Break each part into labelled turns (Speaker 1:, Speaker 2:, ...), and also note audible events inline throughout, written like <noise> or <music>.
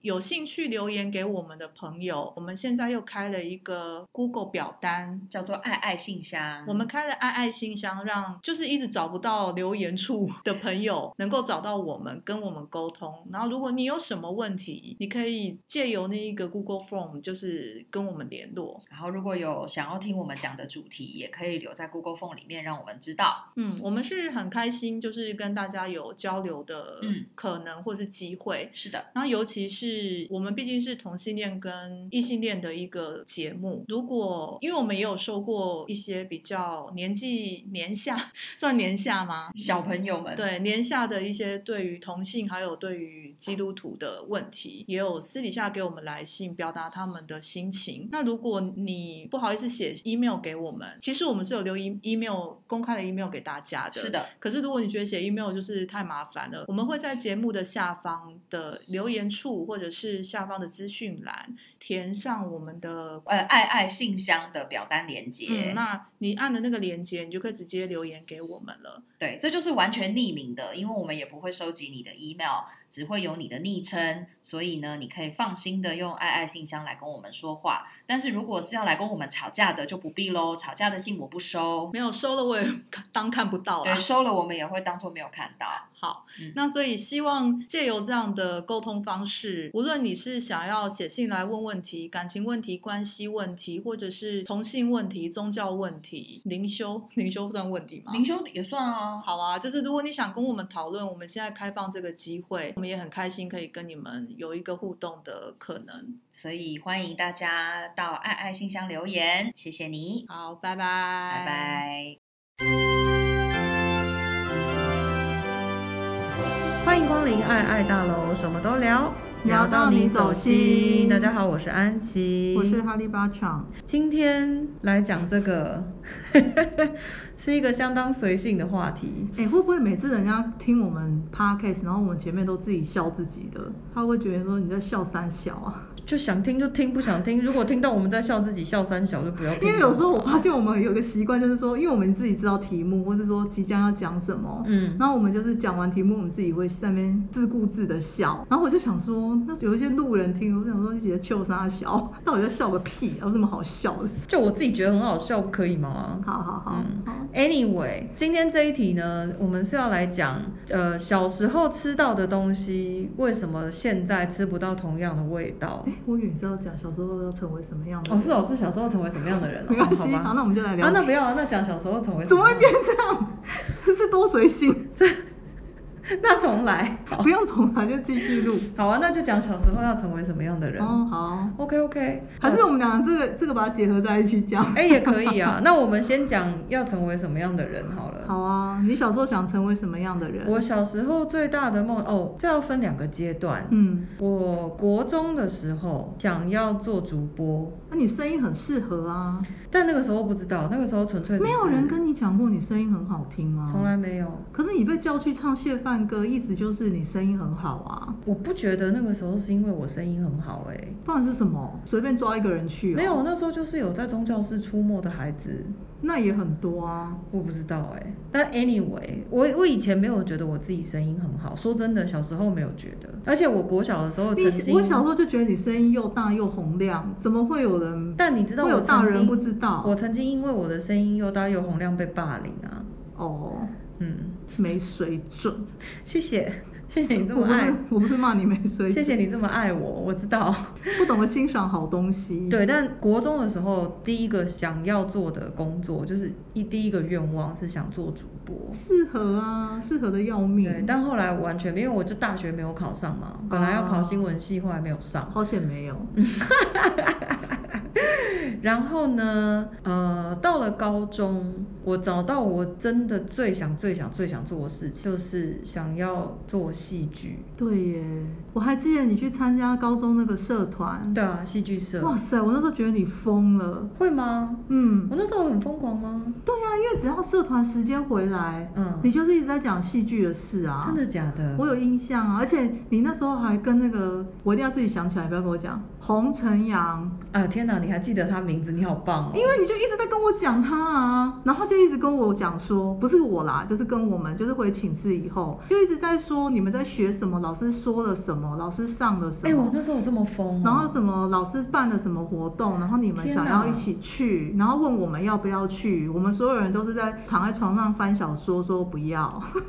Speaker 1: 有兴趣留言给我们的朋友，我们现在又开了一个 Google 表单，
Speaker 2: 叫做爱爱信箱。
Speaker 1: 我们开了爱爱信箱，让就是一直找不到留言处的朋友能够找到我们，跟我们沟通。然后，如果你有什么问题，你可以借由那一个 Google Form，就是跟我们联络。
Speaker 2: 然后如果有想要听我们讲的主题，也可以留在 Google Form 里面让我们知道。
Speaker 1: 嗯，我们是很开心，就是跟大家有交流的
Speaker 2: 嗯
Speaker 1: 可能或是机会。
Speaker 2: 是的，
Speaker 1: 然后，尤其是我们毕竟是同性恋跟异性恋的一个节目，如果因为我们也有收过一些比较年纪年下，算年下吗？
Speaker 2: 小朋友们，，
Speaker 1: 嗯对年下的一些对于同性还有对于基督徒的问题，也有私底下给我们来信表达他们的心情。那如果你不好意思写 email 给我们，其实我们是有留 e email 公开的 email 给大家的，
Speaker 2: 是的，
Speaker 1: 可是如果你觉得写 email 就是太麻烦了，我们会在节目的下方的留言处或者是下方的资讯栏填上我们的。
Speaker 2: 呃，爱爱信箱的表单连接，
Speaker 1: 嗯，那你按的那个链接，你就可以直接留言给我们了。
Speaker 2: 对，这就是完全匿名的，因为我们也不会收集你的 email，只会有你的昵称，所以呢，你可以放心的用爱爱信箱来跟我们说话。但是如果是要来跟我们吵架的，就不必喽，吵架的信我不收，
Speaker 1: 没有收了，我也 <laughs> 当看不到啦
Speaker 2: 对，。收了我们也会当做没有看到。
Speaker 1: 好
Speaker 2: 嗯，
Speaker 1: 那所以希望借由这样的沟通方式，无论你是想要写信来问问题、感情问题、关系问题，或者是同性问题、宗教问题、灵修、灵修算问题吗？
Speaker 2: 灵修也算啊，
Speaker 1: 好啊，就是如果你想跟我们讨论，我们现在开放这个机会，我们也很开心可以跟你们有一个互动的可能。
Speaker 2: 所以欢迎大家到爱爱信箱留言，谢谢你，
Speaker 1: 好，拜拜，
Speaker 2: 拜
Speaker 1: 拜。
Speaker 2: 拜。
Speaker 3: 欢迎光临爱爱大楼，什么都聊，
Speaker 1: 聊到你走心
Speaker 3: 大家好，我是安琪，
Speaker 1: 哈利巴场，
Speaker 3: 今天来讲这个， <laughs> 是一个相当随性的话题。
Speaker 1: 哎、会不会每次人家听我们 podcast，然后我们前面都自己笑自己的，他会觉得说你在笑三小啊？
Speaker 3: 就想听就听，不想听。如果听到我们在笑自己笑三小，就不要听。
Speaker 1: 因为有时候我发现我们有个习惯，就是说，因为我们自己知道题目，或是说即将要讲什么，
Speaker 3: 嗯
Speaker 1: 然后我们就是讲完题目，我们自己会在那边自顾自的笑。然后我就想说，那有一些路人听，我就想说，你在笑啥啊笑？ <laughs> 到底在笑个屁啊？有什么好笑的？
Speaker 3: 就我自己觉得很好笑，可以吗？
Speaker 1: 好好好
Speaker 3: 嗯
Speaker 1: 好
Speaker 3: Anyway，今天这一题呢，我们是要来讲，呃，小时候吃到的东西，为什么现在吃不到同样的味道？
Speaker 1: 哎，我以为你是要讲小时候要成为什么样的
Speaker 3: 哦
Speaker 1: 人？，
Speaker 3: 是哦，是小时候成为什么样的人、哦？
Speaker 1: 没关系
Speaker 3: 好吧，
Speaker 1: 好那我们就来聊
Speaker 3: 啊，那不要啊，那讲小时候成为
Speaker 1: 怎么会
Speaker 3: 样的
Speaker 1: 变
Speaker 3: 人
Speaker 1: 这样？这是多随
Speaker 3: <laughs>
Speaker 1: 性，
Speaker 3: 那重来。好
Speaker 1: 不用重来就继续录。
Speaker 3: 好啊，那就讲小时候要成为什么样的人。
Speaker 1: 哦，好，
Speaker 3: OK OK，
Speaker 1: 还是我们俩这个这个把它结合在一起讲。
Speaker 3: 哎、也可
Speaker 1: <laughs>
Speaker 3: 以啊。那我们先讲要成为什么样的人好了。
Speaker 1: 好啊，你小时候想成为什么样的人？
Speaker 3: 我小时候最大的梦哦，这要分两个阶段。
Speaker 1: 嗯，
Speaker 3: 我国中的时候想要做主播，
Speaker 1: 那你声音很适合啊，
Speaker 3: 但那个时候不知道，那个时候纯粹只
Speaker 1: 没
Speaker 3: 是
Speaker 1: 有人跟你讲过你声音很好听吗？
Speaker 3: 从来没有。
Speaker 1: 可是你被叫去唱谢饭歌，意思就是你声音很好啊，
Speaker 3: 我不觉得那个时候是因为我声音很好哎、
Speaker 1: 不然是什么？随便抓一个人去、哦？
Speaker 3: 没有，那时候就是有在宗教室出没的孩子，
Speaker 1: 那也很多啊。
Speaker 3: 我不知道哎、但 anyway，我我以前没有觉得我自己声音很好，说真的，小时候没有觉得，而且我国小的时候
Speaker 1: 你
Speaker 3: 曾经，
Speaker 1: 我小时候就觉得你声音又大又洪亮，怎么会有人？
Speaker 3: 但你知道
Speaker 1: 会有
Speaker 3: 我
Speaker 1: 大
Speaker 3: 曾
Speaker 1: 人
Speaker 3: 经
Speaker 1: 不知道？
Speaker 3: 我曾经因为我的声音又大又洪亮被霸凌啊，
Speaker 1: 哦，
Speaker 3: 嗯，
Speaker 1: 没水准。
Speaker 3: 谢谢谢谢你这么爱，
Speaker 1: <laughs> 我不是骂你没水准，
Speaker 3: 谢谢你这么爱我，我知道。
Speaker 1: 不懂得欣赏好东西。
Speaker 3: 对，但国中的时候，第一个想要做的工作就是一第一个愿望是想做主播。
Speaker 1: 适合啊，适合的要命。
Speaker 3: 对，但后来我完全没有，因为我就大学没有考上
Speaker 1: 哦
Speaker 3: 嘛，本来要考新闻系，后来没有上。
Speaker 1: 好险没有。
Speaker 3: 然后呢，呃，到了高中，我找到我真的最想、最想、最想做的事情，就是想要做戏剧。
Speaker 1: <laughs> 对耶，我还记得你去参加高中那个社团。
Speaker 3: 对啊，戏剧社。
Speaker 1: 哇塞，我那时候觉得你疯了。
Speaker 3: 会吗？
Speaker 1: 嗯
Speaker 3: 我那时候很疯狂吗？
Speaker 1: 对啊，因为只要社团时间回来，
Speaker 3: 嗯
Speaker 1: 你就是一直在讲戏剧的事啊。
Speaker 3: 真的假的
Speaker 1: 我有印象啊，而且你那时候还跟那个，我一定要自己想起来，不要跟我讲洪晨阳，
Speaker 3: 啊，天哪，你还记得他名字，你好棒哦！
Speaker 1: 因为你就一直在跟我讲他啊，然后就一直跟我讲说，不是我啦，就是跟我们，就是回寝室以后，就一直在说你们在学什么，老师说了什么，老师上了什么。
Speaker 3: 哎、我那时候有这么疯哦、
Speaker 1: 然后什么老师办了什么活动，然后你们
Speaker 3: 天
Speaker 1: 想
Speaker 3: 哪
Speaker 1: 要一起去，然后问我们要不要去，我们所有人都是在躺在床上翻小说，说不要。
Speaker 3: <laughs>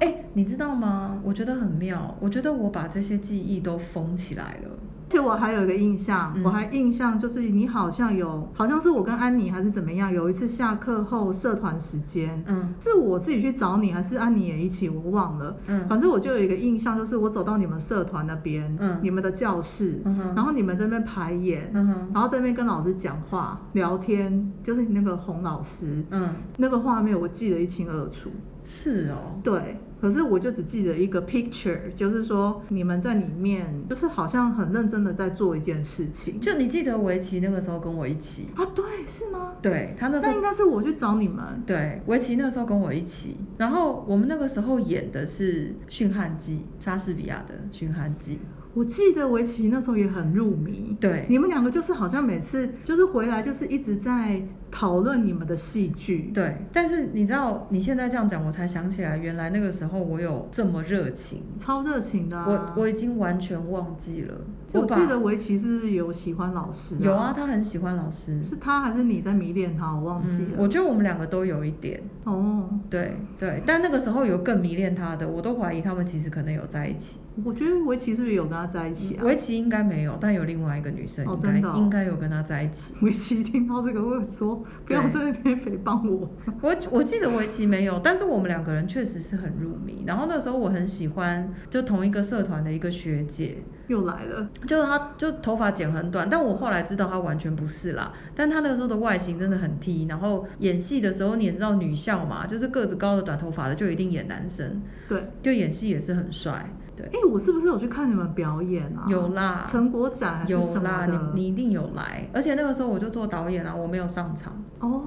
Speaker 3: 哎、你知道吗？我觉得很妙，我觉得我把这些记忆都封起来了。
Speaker 1: 而且我还有一个印象，
Speaker 3: 嗯
Speaker 1: 我还印象就是你好像有，好像是我跟安妮还是怎么样，有一次下课后社团时间，
Speaker 3: 嗯
Speaker 1: 是我自己去找你还是安妮也一起，我忘了，
Speaker 3: 嗯
Speaker 1: 反正我就有一个印象，就是我走到你们社团那边，
Speaker 3: 嗯
Speaker 1: 你们的教室，
Speaker 3: 嗯哼
Speaker 1: 然后你们这边排演，
Speaker 3: 嗯哼
Speaker 1: 然后这边跟老师讲话聊天，就是你那个洪老师，
Speaker 3: 嗯
Speaker 1: 那个画面我记得一清二楚，
Speaker 3: 是哦，
Speaker 1: 对，可是我就只记得一个 picture，就是说你们在里面，就是好像很认真的在做一件事情。
Speaker 3: 就你记得围棋那个时候跟我一起，
Speaker 1: 啊，对，是吗？
Speaker 3: 对他那时
Speaker 1: 那
Speaker 3: 候
Speaker 1: 应该是我去找你们。
Speaker 3: 对，围棋那时候跟我一起，然后我们那个时候演的是《驯悍记》，莎士比亚的《驯悍记》。
Speaker 1: 我记得围棋那时候也很入迷。
Speaker 3: 对
Speaker 1: 你们两个就是好像每次就是回来就是一直在讨论你们的戏剧。
Speaker 3: 对，但是你知道，你现在这样讲，我才想起来，原来那个时候我有这么热情。
Speaker 1: 超热情的啊、
Speaker 3: 我我已经完全忘记了。
Speaker 1: 我
Speaker 3: 把
Speaker 1: 记得围棋是有喜欢老师、
Speaker 3: 有啊，他很喜欢老师。
Speaker 1: 是他还是你在迷恋他？我忘记
Speaker 3: 嗯
Speaker 1: 了。，
Speaker 3: 我觉得我们两个都有一点。
Speaker 1: 哦，
Speaker 3: 对对，但那个时候有更迷恋他的，我都怀疑他们其实可能有在一起。
Speaker 1: 我觉得围棋是不是有跟他在一起啊？
Speaker 3: 嗯围棋应该没有，但有另外一个女生
Speaker 1: 哦
Speaker 3: 应
Speaker 1: 真
Speaker 3: 该、
Speaker 1: 的哦
Speaker 3: 应该有跟他在一起。
Speaker 1: <laughs> 围棋听到这个会说不要在那边诽谤我。 <laughs>
Speaker 3: 我我记得围棋没有，但是我们两个人确实是很入迷。然后那时候我很喜欢就同一个社团的一个学姐，
Speaker 1: 又来了，
Speaker 3: 就是她就头发剪很短，但我后来知道她完全不是啦。但她那个时候的外形真的很 T，然后演戏的时候你也知道女校嘛，就是个子高的短头发的就一定演男生，
Speaker 1: 对，
Speaker 3: 就演戏也是很帅，对
Speaker 1: 哎、。我是不是有去看你们表演啊？
Speaker 3: 有啦，
Speaker 1: 成果展还是
Speaker 3: 有
Speaker 1: 什
Speaker 3: 啦
Speaker 1: 么，的。
Speaker 3: 你你一定有来，而且那个时候我就做导演啊，我没有上场，
Speaker 1: 哦，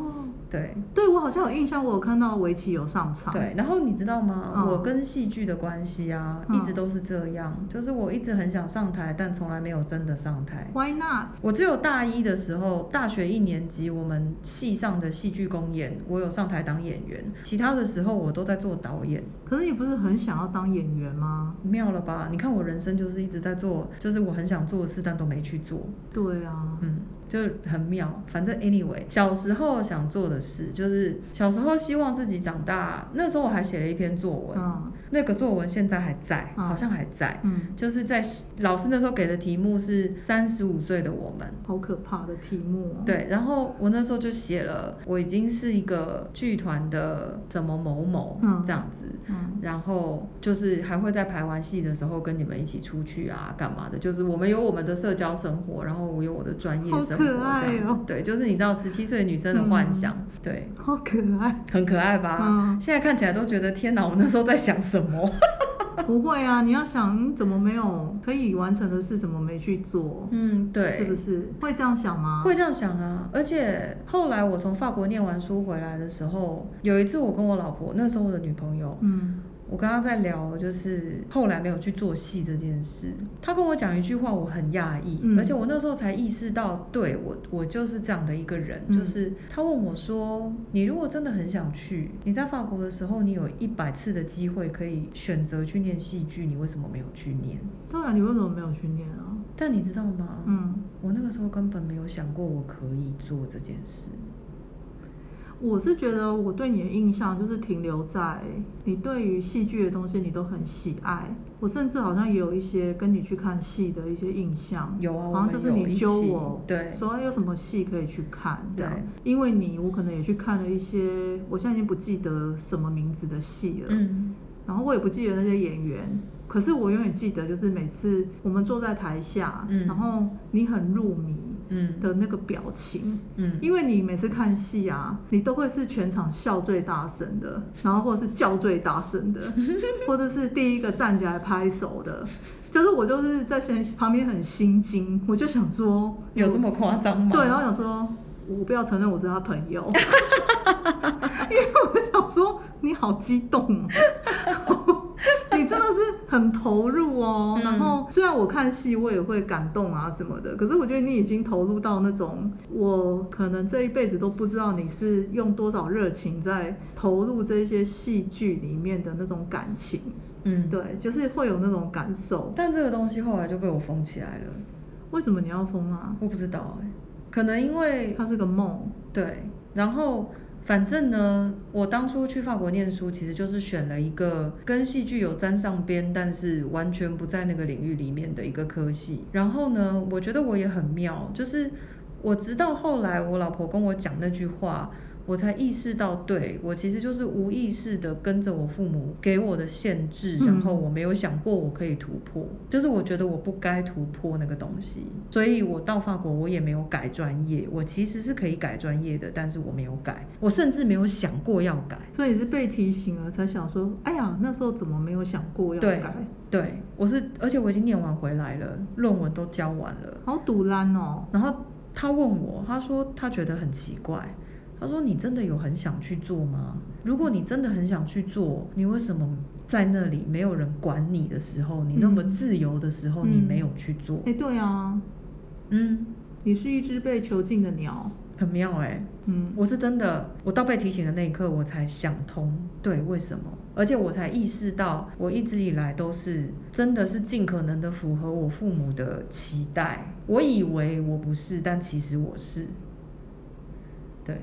Speaker 3: 对，
Speaker 1: 对我好像有印象，我有看到围棋有上场。
Speaker 3: 对，然后你知道吗？
Speaker 1: 嗯
Speaker 3: 我跟戏剧的关系啊，一直
Speaker 1: 嗯
Speaker 3: 都是这样，就是我一直很想上台，但从来没有真的上台。
Speaker 1: ，Why not？
Speaker 3: 我只有大一的时候，大学一年级我们系上的戏剧公演，我有上台当演员，其他的时候我都在做导演。
Speaker 1: 可是你不是很想要当演员吗？
Speaker 3: 妙了吧？你看我人生就是一直在做，就是我很想做的事，但都没去做。
Speaker 1: 对啊，
Speaker 3: 嗯，就是很妙。反正 anyway，小时候想做的事，就是小时候希望自己长大。那时候我还写了一篇作文，
Speaker 1: 嗯
Speaker 3: 那个作文现在还在，
Speaker 1: 嗯
Speaker 3: 好像还在。
Speaker 1: 嗯
Speaker 3: 就是在老师那时候给的题目是三十五岁的我们。
Speaker 1: 好可怕的题目、哦。
Speaker 3: 对，然后我那时候就写了，我已经是一个剧团的怎么某某、
Speaker 1: 嗯
Speaker 3: 这样子，
Speaker 1: 嗯
Speaker 3: 然后就是还会在排完戏的时候跟你们一起出去啊，干嘛的？就是我们有我们的社交生活，然后我有我的专业
Speaker 1: 好
Speaker 3: 生活，
Speaker 1: 可
Speaker 3: 这样
Speaker 1: 爱
Speaker 3: 子
Speaker 1: 哦嗯
Speaker 3: 对，就是你知道十七岁女生的幻想，对，
Speaker 1: 好可
Speaker 3: <laughs>
Speaker 1: 爱。
Speaker 3: 很可爱吧？
Speaker 1: 嗯
Speaker 3: 现在看起来都觉得天哪，我那时候在想什么？
Speaker 1: 不会啊，你要想嗯怎么没有可以完成的事，怎么没去做？
Speaker 3: 嗯， <laughs> 对，
Speaker 1: 是不是会这样想吗？
Speaker 3: 会这样想啊，而且后来我从法国念完书回来的时候，有一次我跟我老婆，那时候我的女朋友，
Speaker 1: 嗯，
Speaker 3: 我跟她在聊，就是后来没有去做戏这件事，她跟我讲一句话，我很讶异，
Speaker 1: 嗯
Speaker 3: 而且我那时候才意识到，对我我就是这样的一个人，
Speaker 1: 嗯
Speaker 3: 就是她问我说，你如果真的很想去，你在法国的时候，你有一百次的机会可以选择去念戏剧，你为什么没有去念？
Speaker 1: 对啊，你为什么没有去念啊？
Speaker 3: 但你知道吗？
Speaker 1: 嗯
Speaker 3: 我那个时候根本没有想过我可以做这件事。
Speaker 1: 我是觉得我对你的印象就是停留在你对于戏剧的东西你都很喜爱，我甚至好像也有一些跟你去看戏的一些印象，
Speaker 3: 有啊我
Speaker 1: 好像
Speaker 3: 们
Speaker 1: 就是
Speaker 3: 有一
Speaker 1: 你揪
Speaker 3: 起
Speaker 1: 我，
Speaker 3: 对
Speaker 1: 说哎有什么戏可以去看这样
Speaker 3: 对，
Speaker 1: 因为你我可能也去看了一些，我现在已经不记得什么名字的戏了，
Speaker 3: 嗯，
Speaker 1: 然后我也不记得那些演员，可是我永远记得就是每次我们坐在台下，
Speaker 3: 嗯
Speaker 1: 然后你很入迷，
Speaker 3: 嗯
Speaker 1: 的那个表情，
Speaker 3: 嗯
Speaker 1: 因为你每次看戏啊，你都会是全场笑最大声的，然后或者是叫最大声
Speaker 3: <laughs>
Speaker 1: 的，或者是第一个站起来拍手的。就是我就是在先旁边很心惊，我就想说
Speaker 3: 有这么夸张吗
Speaker 1: 对，然后想说我不要承认我是他朋友，<laughs>
Speaker 3: <laughs> <laughs>
Speaker 1: 因为我就想说你好激动哦，你你真的是很投入哦。
Speaker 2: 嗯
Speaker 1: 然后虽然我看戏我也会感动啊什么的，可是我觉得你已经投入到那种我可能这一辈子都不知道你是用多少热情在投入这些戏剧里面的那种感情。
Speaker 3: 嗯
Speaker 1: 对，就是会有那种感受。
Speaker 3: 但这个东西后来就被我封起来了，
Speaker 1: 为什么你要疯啊？
Speaker 3: 我不知道哎、可能因为
Speaker 1: 它是个梦。
Speaker 3: 对，然后反正呢，我当初去法国念书，其实就是选了一个跟戏剧有沾上边，但是完全不在那个领域里面的一个科系。然后呢，我觉得我也很妙，就是我直到后来我老婆跟我讲那句话。我才意识到，对我其实就是无意识的跟着我父母给我的限制，
Speaker 1: 嗯
Speaker 3: 然后我没有想过我可以突破，就是我觉得我不该突破那个东西，所以我到法国我也没有改专业，我其实是可以改专业的，但是我没有改，我甚至没有想过要改。
Speaker 1: 所以你是被提醒了才想说，哎呀，那时候怎么没有想过要
Speaker 3: 对
Speaker 1: 改？
Speaker 3: 对，我是，而且我已经念完回来了，论文都交完了，
Speaker 1: 好堵烂哦。
Speaker 3: 然后他问我，他说他觉得很奇怪，他说你真的有很想去做吗？如果你真的很想去做，你为什么在那里没有人管你的时候，你那么
Speaker 1: 嗯
Speaker 3: 自由的时候，
Speaker 1: 嗯
Speaker 3: 你没有去做？
Speaker 1: 哎、对啊，
Speaker 3: 嗯，
Speaker 1: 你是一只被囚禁的鸟。
Speaker 3: 很妙哎、
Speaker 1: 嗯
Speaker 3: 我是真的，我到被提醒的那一刻，我才想通，对，为什么？而且我才意识到，我一直以来都是真的是尽可能的符合我父母的期待。我以为我不是，但其实我是。对，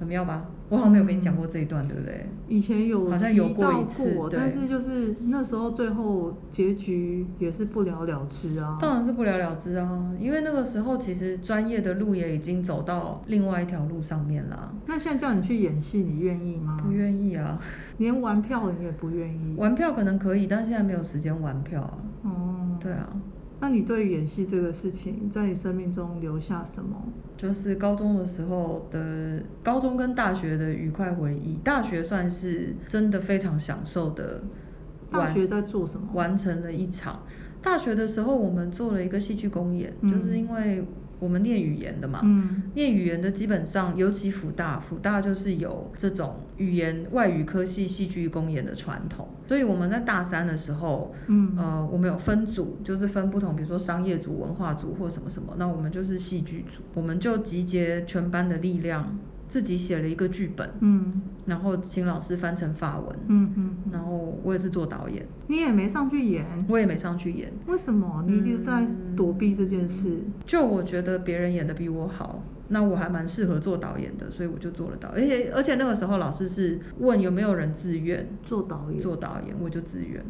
Speaker 3: 很妙吧？我好像没有跟你讲过这一段，对不对？
Speaker 1: 以前有
Speaker 3: 好像有
Speaker 1: 提
Speaker 3: 过
Speaker 1: 到
Speaker 3: 一次
Speaker 1: 过
Speaker 3: 对
Speaker 1: 但是就是那时候最后结局也是不了了之啊。
Speaker 3: 当然是不了了之啊，因为那个时候其实专业的路也已经走到另外一条路上面啦。
Speaker 1: 那现在叫你去演戏，你愿意吗？
Speaker 3: 不愿意啊，
Speaker 1: 连玩票你也不愿意。
Speaker 3: 玩票可能可以，但现在没有时间玩票啊。
Speaker 1: 哦，
Speaker 3: 对啊，
Speaker 1: 那你对于演戏这个事情，在你生命中留下什么？
Speaker 3: 就是高中的时候的高中跟大学的愉快回忆，大学算是真的非常享受的完。
Speaker 1: 大学在做什么
Speaker 3: 完成了一场。大学的时候，我们做了一个戏剧公演，
Speaker 1: 嗯
Speaker 3: 就是因为我们念语言的嘛，
Speaker 1: 嗯
Speaker 3: 念语言的基本上，尤其辅大，辅大就是有这种语言外语科系戏剧公演的传统，所以我们在大三的时候，
Speaker 1: 嗯
Speaker 3: 呃，我们有分组，就是分不同，比如说商业组、文化组或什么什么，那我们就是戏剧组，我们就集结全班的力量，自己写了一个剧本，
Speaker 1: 嗯
Speaker 3: 然后请老师翻成法文，
Speaker 1: 嗯嗯嗯
Speaker 3: 然后我也是做导演，
Speaker 1: 你也没上去演，
Speaker 3: 我也没上去演。
Speaker 1: 为什么哦你一直在躲避这件事？
Speaker 3: 就我觉得别人演的比我好，那我还蛮适合做导演的，所以我就做了导演。而且而且那个时候老师是问有没有人自愿
Speaker 1: 做导演
Speaker 3: 做导演，我就自愿了。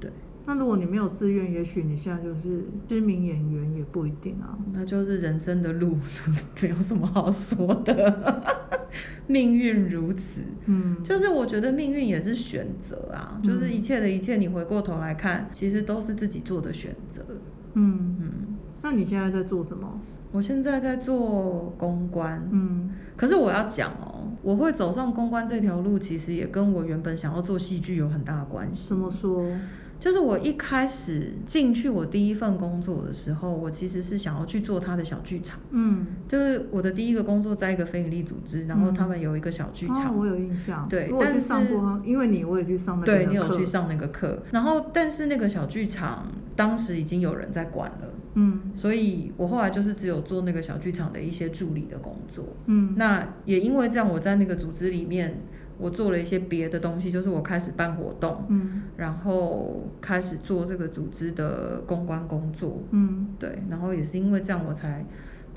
Speaker 3: 对，
Speaker 1: 那如果你没有自愿，也许你现在就是知名演员也不一定啊。
Speaker 3: 那就是人生的路， <laughs> 没有什么好说的， <laughs> 命运如此。
Speaker 1: 嗯
Speaker 3: 就是我觉得命运也是选择啊，就是一切的一切，你回过头来看，其实都是自己做的选择。
Speaker 1: 嗯
Speaker 3: 嗯
Speaker 1: 那你现在在做什么？
Speaker 3: 我现在在做公关，
Speaker 1: 嗯，
Speaker 3: 可是我要讲哦，我会走上公关这条路，其实也跟我原本想要做戏剧有很大的关系。
Speaker 1: 怎么说？
Speaker 3: 就是我一开始进去我第一份工作的时候，我其实是想要去做他的小剧场。
Speaker 1: 嗯
Speaker 3: 就是我的第一个工作在一个非营利组织，然后他们有一个小剧场，
Speaker 1: 哦我有印象
Speaker 3: 对，
Speaker 1: 我有
Speaker 3: 但
Speaker 1: 去
Speaker 3: 是
Speaker 1: 上过因为你我也去上那个
Speaker 3: 对
Speaker 1: 课
Speaker 3: 你有去上那个课，然后但是那个小剧场当时已经有人在管了，
Speaker 1: 嗯
Speaker 3: 所以我后来就是只有做那个小剧场的一些助理的工作，
Speaker 1: 嗯
Speaker 3: 那也因为这样，我在那个组织里面，我做了一些别的东西，就是我开始办活动，
Speaker 1: 嗯
Speaker 3: 然后开始做这个组织的公关工作，
Speaker 1: 嗯
Speaker 3: 对，然后也是因为这样，我才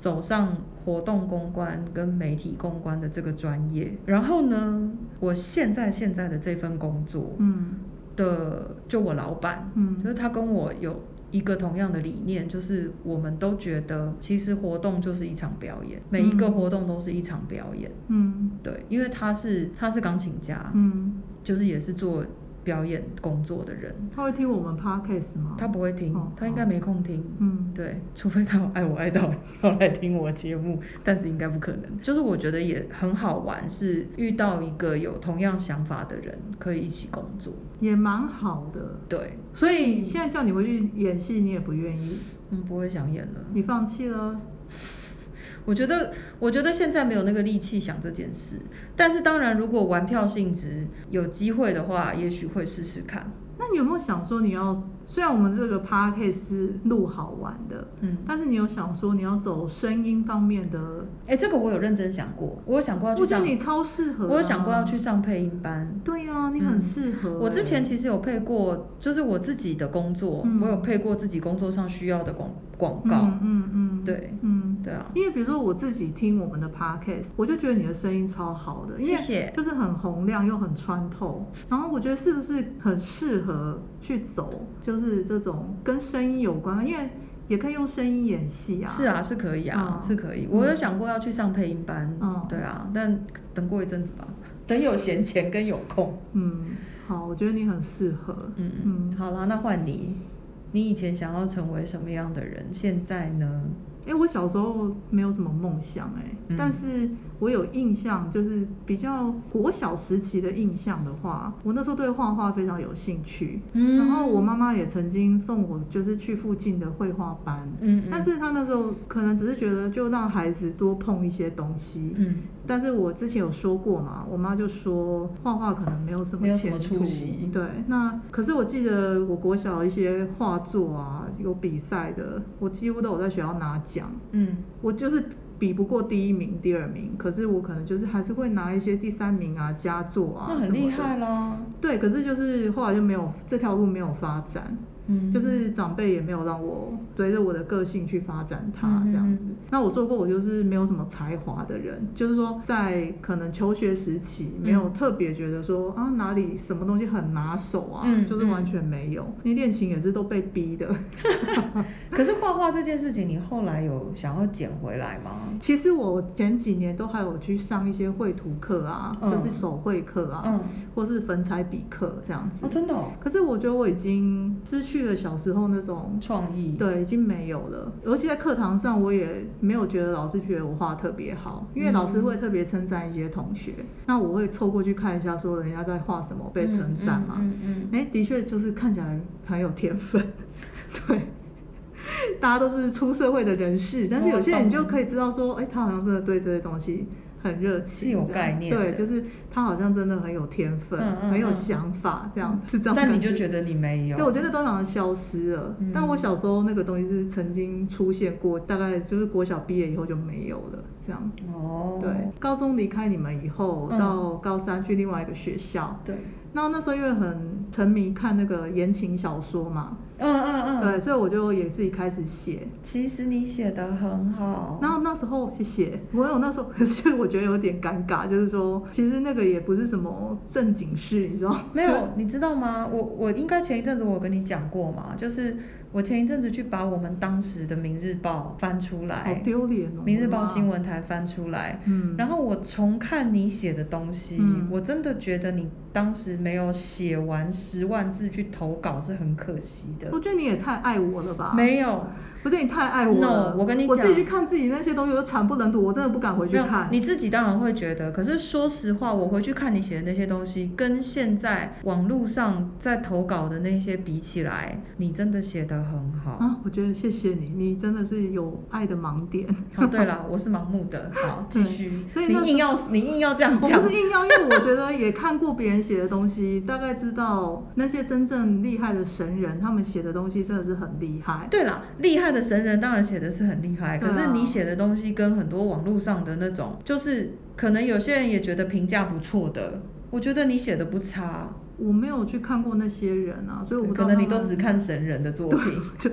Speaker 3: 走上活动公关跟媒体公关的这个专业。然后呢，我现在现在的这份工作，
Speaker 1: 嗯
Speaker 3: 的，就我老板，
Speaker 1: 嗯
Speaker 3: 就是他跟我有。一个同样的理念，就是我们都觉得，其实活动就是一场表演，每一个
Speaker 1: 嗯
Speaker 3: 活动都是一场表演。
Speaker 1: 嗯
Speaker 3: 对，因为他是他是钢琴家，
Speaker 1: 嗯，
Speaker 3: 就是也是做表演工作的人，
Speaker 1: 他会听我们 podcast 吗？
Speaker 3: 他不会听，
Speaker 1: 哦
Speaker 3: 他应该没空听。
Speaker 1: 嗯
Speaker 3: 对，除非他有爱我爱到要来听我节目，但是应该不可能。就是我觉得也很好玩，是遇到一个有同样想法的人可以一起工作。
Speaker 1: 也蛮好的。
Speaker 3: 对，所以
Speaker 1: 你现在叫你回去演戏，你也不愿意，
Speaker 3: 嗯不会想演了。
Speaker 1: 你放弃了。
Speaker 3: 我觉得，我觉得现在没有那个力气想这件事。但是当然，如果玩票性质有机会的话，也许会试试看。
Speaker 1: 那那你有没有想说你要？虽然我们这个 podcast 是录好玩的，
Speaker 3: 嗯
Speaker 1: 但是你有想说你要走声音方面的？
Speaker 3: 哎、这个我有认真想过，我有想过要去
Speaker 1: 我觉
Speaker 3: 上，
Speaker 1: 得你超适合的啊
Speaker 3: 我有想过要去上配音班。
Speaker 1: 对啊你很
Speaker 3: 嗯
Speaker 1: 适合
Speaker 3: 我之前
Speaker 1: 欸
Speaker 3: 其实有配过，就是我自己的工作，
Speaker 1: 嗯
Speaker 3: 我有配过自己工作上需要的广广告。
Speaker 1: 嗯嗯嗯，
Speaker 3: 对，
Speaker 1: 嗯
Speaker 3: 对啊。
Speaker 1: 因为比如说我自己听我们的 podcast，我就觉得你的声音超好的，因
Speaker 3: 谢谢
Speaker 1: 为就是很洪亮又很穿透，然后我觉得是不是很适合去走，就是这种跟声音有关，因为也可以用声音演戏啊。
Speaker 3: 是啊，是可以啊，
Speaker 1: 嗯
Speaker 3: 是可以。我有
Speaker 1: 嗯
Speaker 3: 想过要去上配音班，
Speaker 1: 嗯
Speaker 3: 对啊，但等过一阵子吧，等有闲钱跟有空。
Speaker 1: 嗯，好，我觉得你很适合。
Speaker 3: 嗯嗯，好啦，那换你，你以前想要成为什么样的人？现在呢？
Speaker 1: 哎、我小时候没有什么梦想哎、
Speaker 3: 嗯
Speaker 1: 但是我有印象，就是比较国小时期的印象的话，我那时候对画画非常有兴趣，
Speaker 3: 嗯
Speaker 1: 然后我妈妈也曾经送我就是去附近的绘画班，
Speaker 3: 嗯嗯
Speaker 1: 但是她那时候可能只是觉得就让孩子多碰一些东西，
Speaker 3: 嗯
Speaker 1: 但是我之前有说过嘛，我妈就说画画可能没有什
Speaker 3: 没有
Speaker 1: 么
Speaker 3: 什么
Speaker 1: 前
Speaker 3: 出
Speaker 1: 途，
Speaker 3: 息
Speaker 1: 对，那可是我记得我国小一些画作啊，有比赛的，我几乎都有在学校拿奖。
Speaker 3: 嗯
Speaker 1: 我就是比不过第一名、第二名，可是我可能就是还是会拿一些第三名啊、佳作啊，
Speaker 3: 那很厉害啦。
Speaker 1: 对，可是就是后来就没有这条路没有发展，
Speaker 3: 嗯
Speaker 1: 就是长辈也没有让我随着我的个性去发展它
Speaker 3: 嗯哼
Speaker 1: 这样子。
Speaker 3: 哼
Speaker 1: 那我说过，我就是没有什么才华的人，就是说在可能求学时期
Speaker 3: 嗯
Speaker 1: 没有特别觉得说、啊哪里什么东西很拿手啊，
Speaker 3: 嗯
Speaker 1: 就是完全没有。你练琴也是都被逼
Speaker 3: <laughs>
Speaker 1: 的。
Speaker 3: 可是画画这件事情，你后来有想要捡回来
Speaker 1: <laughs>
Speaker 3: 吗？
Speaker 1: 其实我前几年都还有去上一些绘图课啊，
Speaker 3: 嗯
Speaker 1: 就是手绘课啊，
Speaker 3: 嗯
Speaker 1: 或是粉彩笔课这样子。
Speaker 3: 哦真的哦
Speaker 1: 可是我觉得我已经失去了小时候那种
Speaker 3: 创意
Speaker 1: 对，已经没有了。而且在课堂上，我也没有觉得老师觉得我画得特别好，因为老师
Speaker 3: 嗯
Speaker 1: 会特别称赞一些同学，那我会凑过去看一下，说人家在画什么被称赞嘛。
Speaker 3: 嗯嗯嗯嗯
Speaker 1: 哎、的确就是看起来很有天分， <laughs> 对。 <laughs> 大家都是出社会的人士，但是有些人你就可以知道说，哎、他好像真的对这些东西很热情，
Speaker 3: 是有概念
Speaker 1: 这样
Speaker 3: 的
Speaker 1: 对，就是他好像真的很有天分，
Speaker 3: 嗯嗯
Speaker 1: 很有
Speaker 3: 嗯
Speaker 1: 想法，这样是这样感。
Speaker 3: 但你就觉得你没有
Speaker 1: 对，我觉得都好像消失了。
Speaker 3: 嗯
Speaker 1: 但我小时候那个东西是曾经出现过，大概就是国小毕业以后就没有了，这样。
Speaker 3: 哦
Speaker 1: 对，高中离开你们以后，
Speaker 3: 嗯
Speaker 1: 到高三去另外一个学校。
Speaker 3: 对。
Speaker 1: 然后那时候因为很沉迷看那个言情小说嘛，
Speaker 3: 嗯嗯嗯，
Speaker 1: 对，所以我就也自己开始写。
Speaker 3: 其实你写的很好。
Speaker 1: 然后那时候谢
Speaker 3: <laughs>
Speaker 1: 谢，我有那时候， <laughs> 可是我觉得有点尴尬，就是说，其实那个也不是什么正经事，你知道吗？
Speaker 3: 没
Speaker 1: <laughs>
Speaker 3: 有，你知道吗？我我应该前一阵子我有跟你讲过嘛，就是我前一阵子去把我们当时的《明日报》翻出来，
Speaker 1: 好丢脸哦
Speaker 3: 明日哎报》
Speaker 1: 哇
Speaker 3: 新闻台翻出来，
Speaker 1: 嗯
Speaker 3: 然后我重看你写的东西，
Speaker 1: 嗯
Speaker 3: 我真的觉得你当时没有写完十万字去投稿是很可惜的。
Speaker 1: 我觉得你也太爱我了吧？
Speaker 3: 没有
Speaker 1: 我觉得你太爱我
Speaker 3: No，
Speaker 1: 了。
Speaker 3: 我跟你
Speaker 1: 我自己
Speaker 3: 讲
Speaker 1: 去看自己那些东西，我都惨不忍睹，我真的不敢回去
Speaker 3: 没有
Speaker 1: 看。
Speaker 3: 你自己当然会觉得，可是说实话，我回去看你写的那些东西，跟现在网络上在投稿的那些比起来，你真的写得很好。
Speaker 1: 啊，我觉得谢谢你，你真的是有爱的盲点。
Speaker 3: 哦，对了，我是盲目的。好，继
Speaker 1: 对
Speaker 3: 续。
Speaker 1: 所以那时候
Speaker 3: 你硬要你硬要这样
Speaker 1: 我
Speaker 3: 讲，
Speaker 1: 不是硬要，因为我觉得也看过别人写的东西， <laughs> 大概知道那些真正厉害的神人，他们写的东西真的是很厉害。
Speaker 3: 对啦，厉害的神人当然写的是很厉害，可
Speaker 1: 对啊
Speaker 3: 是你写的东西跟很多网络上的那种，就是可能有些人也觉得评价不错的，我觉得你写的不差，
Speaker 1: 我没有去看过那些人啊，所以我不知
Speaker 3: 可
Speaker 1: 道
Speaker 3: 能
Speaker 1: 他
Speaker 3: 你都
Speaker 1: 们
Speaker 3: 只看神人的作品。
Speaker 1: 就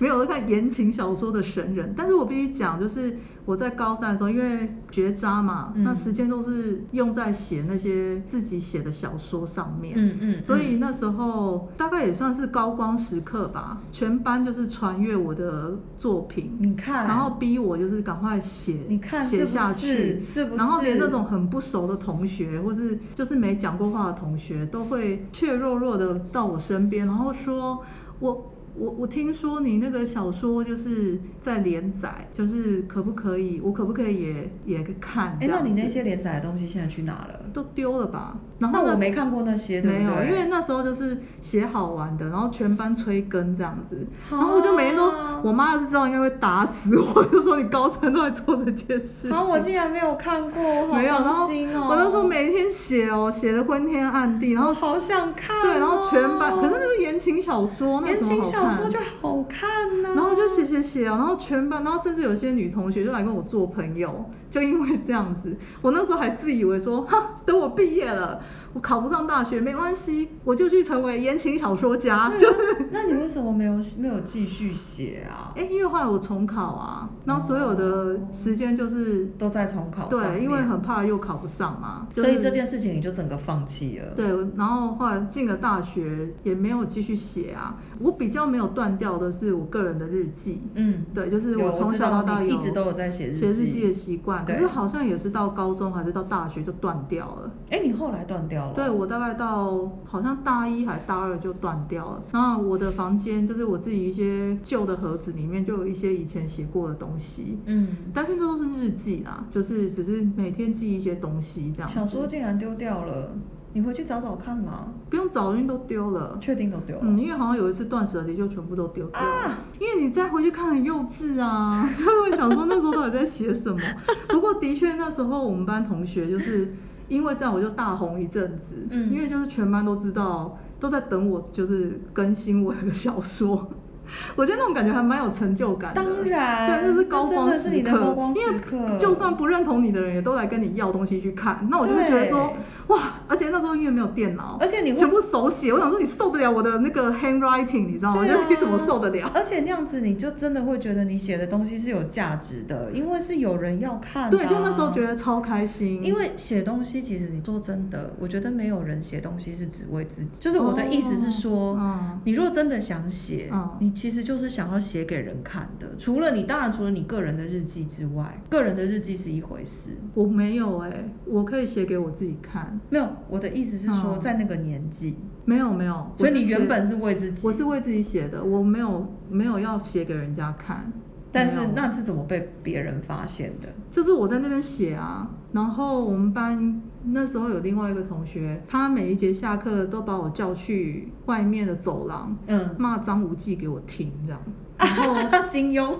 Speaker 1: 没有我在看言情小说的神人，但是我必须讲，就是我在高三的时候，因为学渣嘛，
Speaker 3: 嗯
Speaker 1: 那时间都是用在写那些自己写的小说上面，
Speaker 3: 嗯嗯
Speaker 1: 所以
Speaker 3: 嗯
Speaker 1: 那时候大概也算是高光时刻吧，全班就是传阅我的作品，
Speaker 3: 你看
Speaker 1: 然后逼我就是赶快写，
Speaker 3: 你看是
Speaker 1: 写
Speaker 3: 不
Speaker 1: 下
Speaker 3: 是
Speaker 1: 去，
Speaker 3: 是不
Speaker 1: 然后连那
Speaker 3: 是
Speaker 1: 种很不熟的同学，或是就是没讲过话的同学，都会怯弱弱的到我身边，然后说我。我我听说你那个小说就是在连载，就是可不可以，我可不可以也也看
Speaker 3: <laughs>
Speaker 1: 这
Speaker 3: 哎、
Speaker 1: 样
Speaker 3: 那
Speaker 1: 子？
Speaker 3: 你那些连载的东西现在去哪了？
Speaker 1: 都丢了吧？然后
Speaker 3: 那
Speaker 1: 那
Speaker 3: 我没看过那些对不
Speaker 1: 没有，
Speaker 3: 对
Speaker 1: 因为那时候就是写好玩的，然后全班催更这样子，然后我就每天都
Speaker 3: 啊，
Speaker 1: 我我妈要是知道应该会打死我， <laughs> 就说你高三都在做这件事。
Speaker 3: 然后啊我竟然没有看过，我好
Speaker 1: 没有，然后
Speaker 3: 伤心哦。
Speaker 1: 我那时候每天写哦，写的昏天暗地，然后
Speaker 3: 好想看
Speaker 1: 对，然后全班，
Speaker 3: 哦
Speaker 1: 可是那是言情小说，那有
Speaker 3: 言
Speaker 1: 什么好
Speaker 3: 情小
Speaker 1: 看
Speaker 3: 说就好看啊呐、
Speaker 1: 然后就写写写哦，然后全班，然后甚至有些女同学就来跟我做朋友，就因为这样子，我那时候还自以为说，哈，等我毕业了，我考不上大学没关系，我就去成为言情小说家，
Speaker 3: 啊
Speaker 1: <laughs> 就是，
Speaker 3: <laughs> 那你为什么没有没有继续写啊？
Speaker 1: 哎，因为后来我重考啊，然后所有的时间就是
Speaker 3: 都在重考上
Speaker 1: 对，
Speaker 3: 面
Speaker 1: 因为很怕又考不上嘛，就
Speaker 3: 所以
Speaker 1: 是
Speaker 3: 这件事情你就整个放弃了。
Speaker 1: 对，然后后来进了大学也没有继续写啊。我比较没有断掉的是我个人的日记，
Speaker 3: 嗯
Speaker 1: 对，就是
Speaker 3: 有我
Speaker 1: 从
Speaker 3: 知
Speaker 1: 小
Speaker 3: 道
Speaker 1: 到大
Speaker 3: 你一
Speaker 1: 有
Speaker 3: 直都有在写日
Speaker 1: 写日
Speaker 3: 记
Speaker 1: 记的习惯，可
Speaker 3: 对
Speaker 1: 是好像也是到高中还是到大学就断掉了。
Speaker 3: 哎、你后来断掉了？
Speaker 1: 对，我大概到好像大一还大二就断掉了。那我的房间就是我自己一些旧的盒子里面就有一些以前写过的东西，
Speaker 3: 嗯
Speaker 1: 但是这都是日记啦，就是只是每天记一些东西这样子。
Speaker 3: 小说竟然丢掉了，你回去找找看嘛。
Speaker 1: 不用找，因为都丢了。
Speaker 3: 确定都丢了
Speaker 1: 嗯，因为好像有一次断舍离就全部都丢掉了。
Speaker 3: 啊
Speaker 1: 因为你再回去看很幼稚啊， <laughs> 所以我想说那时候到底在写什么。不过的确那时候我们班同学就是因为这样我就大红一阵子，
Speaker 3: 嗯
Speaker 1: 因为就是全班都知道都在等我就是更新我的小说。我觉得那种感觉还蛮有成就感的，
Speaker 3: 当然
Speaker 1: 对，那是高光
Speaker 3: 那
Speaker 1: 时刻，
Speaker 3: 真的是你的高光时刻
Speaker 1: 因为就算不认同你的人也都来跟你要东西去看，那我就会觉得说，
Speaker 3: 对
Speaker 1: 哇，而且那时候因为没有电脑，
Speaker 3: 而且你会
Speaker 1: 全部手写，我想说你受得了我的那个 handwriting，你知道吗？
Speaker 3: 对啊
Speaker 1: 就是你怎么受得了？
Speaker 3: 而且那样子你就真的会觉得你写的东西是有价值的，因为是有人要看、啊。
Speaker 1: 对，就那时候觉得超开心，
Speaker 3: 因为写东西，其实你说真的，我觉得没有人写东西是只为自己。就是我的意思是说，
Speaker 1: 哦嗯
Speaker 3: 你如果真的想写，
Speaker 1: 嗯
Speaker 3: 你其实就是想要写给人看的。除了你，当然除了你个人的日记之外，个人的日记是一回事。
Speaker 1: 我没有哎、我可以写给我自己看，
Speaker 3: 没有，我的意思是说，
Speaker 1: 嗯
Speaker 3: 在那个年纪，
Speaker 1: 没有没有，
Speaker 3: 所以你
Speaker 1: 我是
Speaker 3: 原
Speaker 1: 写
Speaker 3: 本是为自己
Speaker 1: 我是为自己写的，我没有没有要写给人家看，
Speaker 3: 但
Speaker 1: 没
Speaker 3: 是
Speaker 1: 有
Speaker 3: 那是怎么被别人发现的？
Speaker 1: 就是我在那边写啊，然后我们班那时候有另外一个同学，他每一节下课都把我叫去外面的走廊，
Speaker 3: 嗯
Speaker 1: 骂张无忌给我听这样。
Speaker 3: 金庸，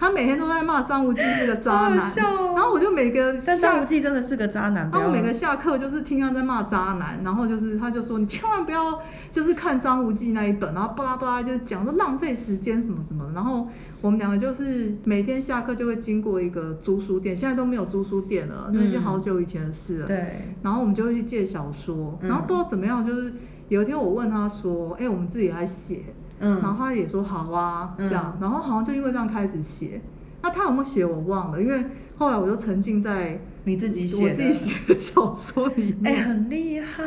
Speaker 1: 他每天都在骂张无忌是个渣男，
Speaker 3: <laughs> 好好笑哦
Speaker 1: 然后我就每个
Speaker 3: 但
Speaker 1: 下
Speaker 3: 张无忌真的是个渣男
Speaker 1: 然后我
Speaker 3: 不
Speaker 1: 哦
Speaker 3: 要
Speaker 1: 每个下课就是听他在骂渣男，然后就是他就说你千万不要就是看张无忌那一本，然后巴拉巴拉就是讲说浪费时间什么什么的，然后我们两个就是每天下课就会经过一个租书店，现在都没有租书店了，那已经
Speaker 3: 嗯
Speaker 1: 好久以前的事了。
Speaker 3: 对
Speaker 1: 然后我们就会去借小说，然后
Speaker 3: 嗯
Speaker 1: 不知道怎么样，就是有一天我问他说，哎、我们自己来写，
Speaker 3: 嗯
Speaker 1: 然后他也说好啊，
Speaker 3: 嗯
Speaker 1: 这样，然后好像就因为这样开始写。那他有没有写我忘了，因为后来我就沉浸在
Speaker 3: 你自己
Speaker 1: 我
Speaker 3: 写
Speaker 1: 自
Speaker 3: 的
Speaker 1: 己写的小说里
Speaker 3: 哎、
Speaker 1: 面，
Speaker 3: 很厉害。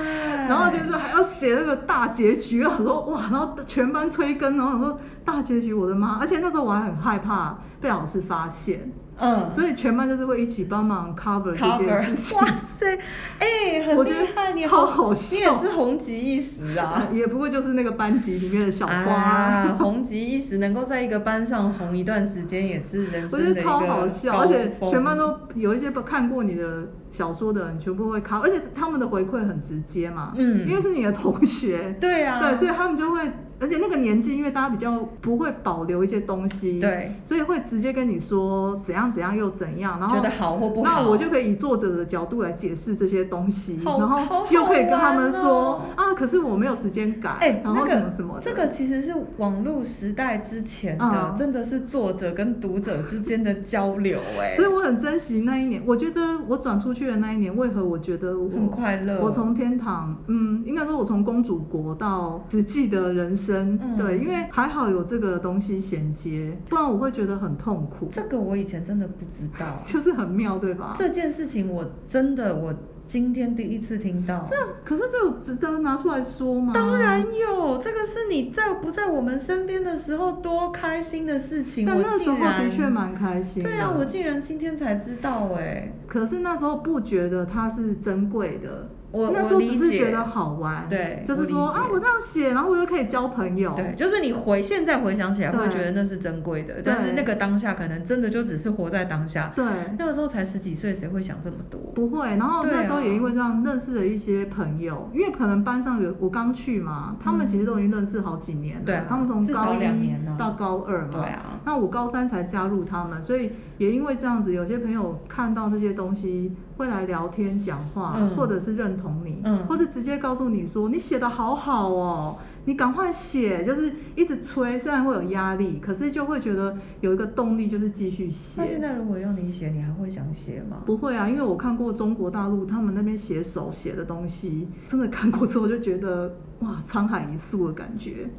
Speaker 1: 然后就是还要写那个大结局，然后说哇，然后全班催更，然后我说大结局，我的妈！而且那时候我还很害怕被老师发现，
Speaker 3: 嗯
Speaker 1: 所以全班就是会一起帮忙 cover 这件事
Speaker 3: cover，
Speaker 1: 情。
Speaker 3: 哇塞，哎、
Speaker 1: 我
Speaker 3: 很
Speaker 1: 觉
Speaker 3: 厉
Speaker 1: 得
Speaker 3: 害，你
Speaker 1: 超
Speaker 3: 好
Speaker 1: 好笑，
Speaker 3: 你也是红极一时啊
Speaker 1: <laughs> 。也不过就是那个班级里面的小花、
Speaker 3: 啊，红极一时，能够在一个班上红一段时间，也是人
Speaker 1: 我
Speaker 3: 生
Speaker 1: 觉
Speaker 3: 的
Speaker 1: 得
Speaker 3: 一个
Speaker 1: 超好笑，
Speaker 3: 高
Speaker 1: 而且
Speaker 3: 峰
Speaker 1: 全班都有一些看过你的小说的人，全部会看，而且他们的回馈很直接嘛，
Speaker 3: 嗯
Speaker 1: 因为是你的同学，
Speaker 3: <laughs> 对啊
Speaker 1: 对，所以他们就会，而且那个年纪，因为大家比较不会保留一些东西，
Speaker 3: 对
Speaker 1: 所以会直接跟你说怎样怎样又怎样，然后
Speaker 3: 觉得好或不好
Speaker 1: 那我就可以以作者的角度来解释这些东西，
Speaker 3: 好
Speaker 1: 然
Speaker 3: 好
Speaker 1: 后
Speaker 3: 好
Speaker 1: 又可以跟他们
Speaker 3: 玩
Speaker 1: 说
Speaker 3: 哦
Speaker 1: 啊，可是我没有时间改，
Speaker 3: 哎、
Speaker 1: 然
Speaker 3: 那
Speaker 1: 后
Speaker 3: 个
Speaker 1: 什么什么的，
Speaker 3: 这个其实是网络时代之前的，
Speaker 1: 嗯
Speaker 3: 真的是作者跟读者之间的交流、哎，
Speaker 1: 所以我很珍惜那一年。我觉得我转出去的那一年，为何我觉得我
Speaker 3: 很快乐
Speaker 1: 我从天堂，嗯，应该说我从公主国到实际的人生，
Speaker 3: 嗯
Speaker 1: 对，因为还好有这个东西衔接，不然我会觉得很痛苦。，
Speaker 3: 这个我以前真的不知道
Speaker 1: 就是很妙，对吧？
Speaker 3: 这件事情我真的我今天第一次听到，
Speaker 1: 这可是这有值得拿出来说吗？
Speaker 3: 当然有，这个是你在不在我们身边的时候多开心的事情。
Speaker 1: 但
Speaker 3: 我
Speaker 1: 那时
Speaker 3: 竟
Speaker 1: 候的
Speaker 3: 然
Speaker 1: 确蛮开心
Speaker 3: 对啊，
Speaker 1: 的
Speaker 3: 我竟然今天才知道哎、
Speaker 1: 可是那时候不觉得它是珍贵的，
Speaker 3: 我
Speaker 1: 应该
Speaker 3: 我
Speaker 1: 说
Speaker 3: 理
Speaker 1: 只
Speaker 3: 解，
Speaker 1: 是觉得好玩，
Speaker 3: 对，
Speaker 1: 就是说
Speaker 3: 理解
Speaker 1: 啊，我这样写，然后我又可以交朋友，
Speaker 3: 对，就是你回现在回想起来会
Speaker 1: 对
Speaker 3: 觉得那是珍贵的，但是
Speaker 1: 对
Speaker 3: 那个当下可能真的就只是活在当下。
Speaker 1: 对
Speaker 3: 那个时候才十几岁，谁会想这么多？
Speaker 1: 不会，然后
Speaker 3: 对啊
Speaker 1: 那时候也因为这样认识了一些朋友，因为可能班上有我刚去嘛，他们其实都已经认识好几年了，
Speaker 3: 对啊
Speaker 1: 他们从
Speaker 3: 至少
Speaker 1: 高一
Speaker 3: 两年啊
Speaker 1: 到高二嘛，
Speaker 3: 对啊
Speaker 1: 那我高三才加入他们，所以也因为这样子，有些朋友看到这些东西会来聊天讲话，
Speaker 3: 嗯
Speaker 1: 或者是认同你，
Speaker 3: 嗯
Speaker 1: 或者直接告诉你说你写的好好哦。你赶快写，就是一直催，虽然会有压力，可是就会觉得有一个动力，就是继续写。
Speaker 3: 那现在如果要你写，你还会想写吗？
Speaker 1: 不会啊，因为我看过中国大陆他们那边写手写的东西，真的看过之后就觉得哇，沧海一粟的感觉，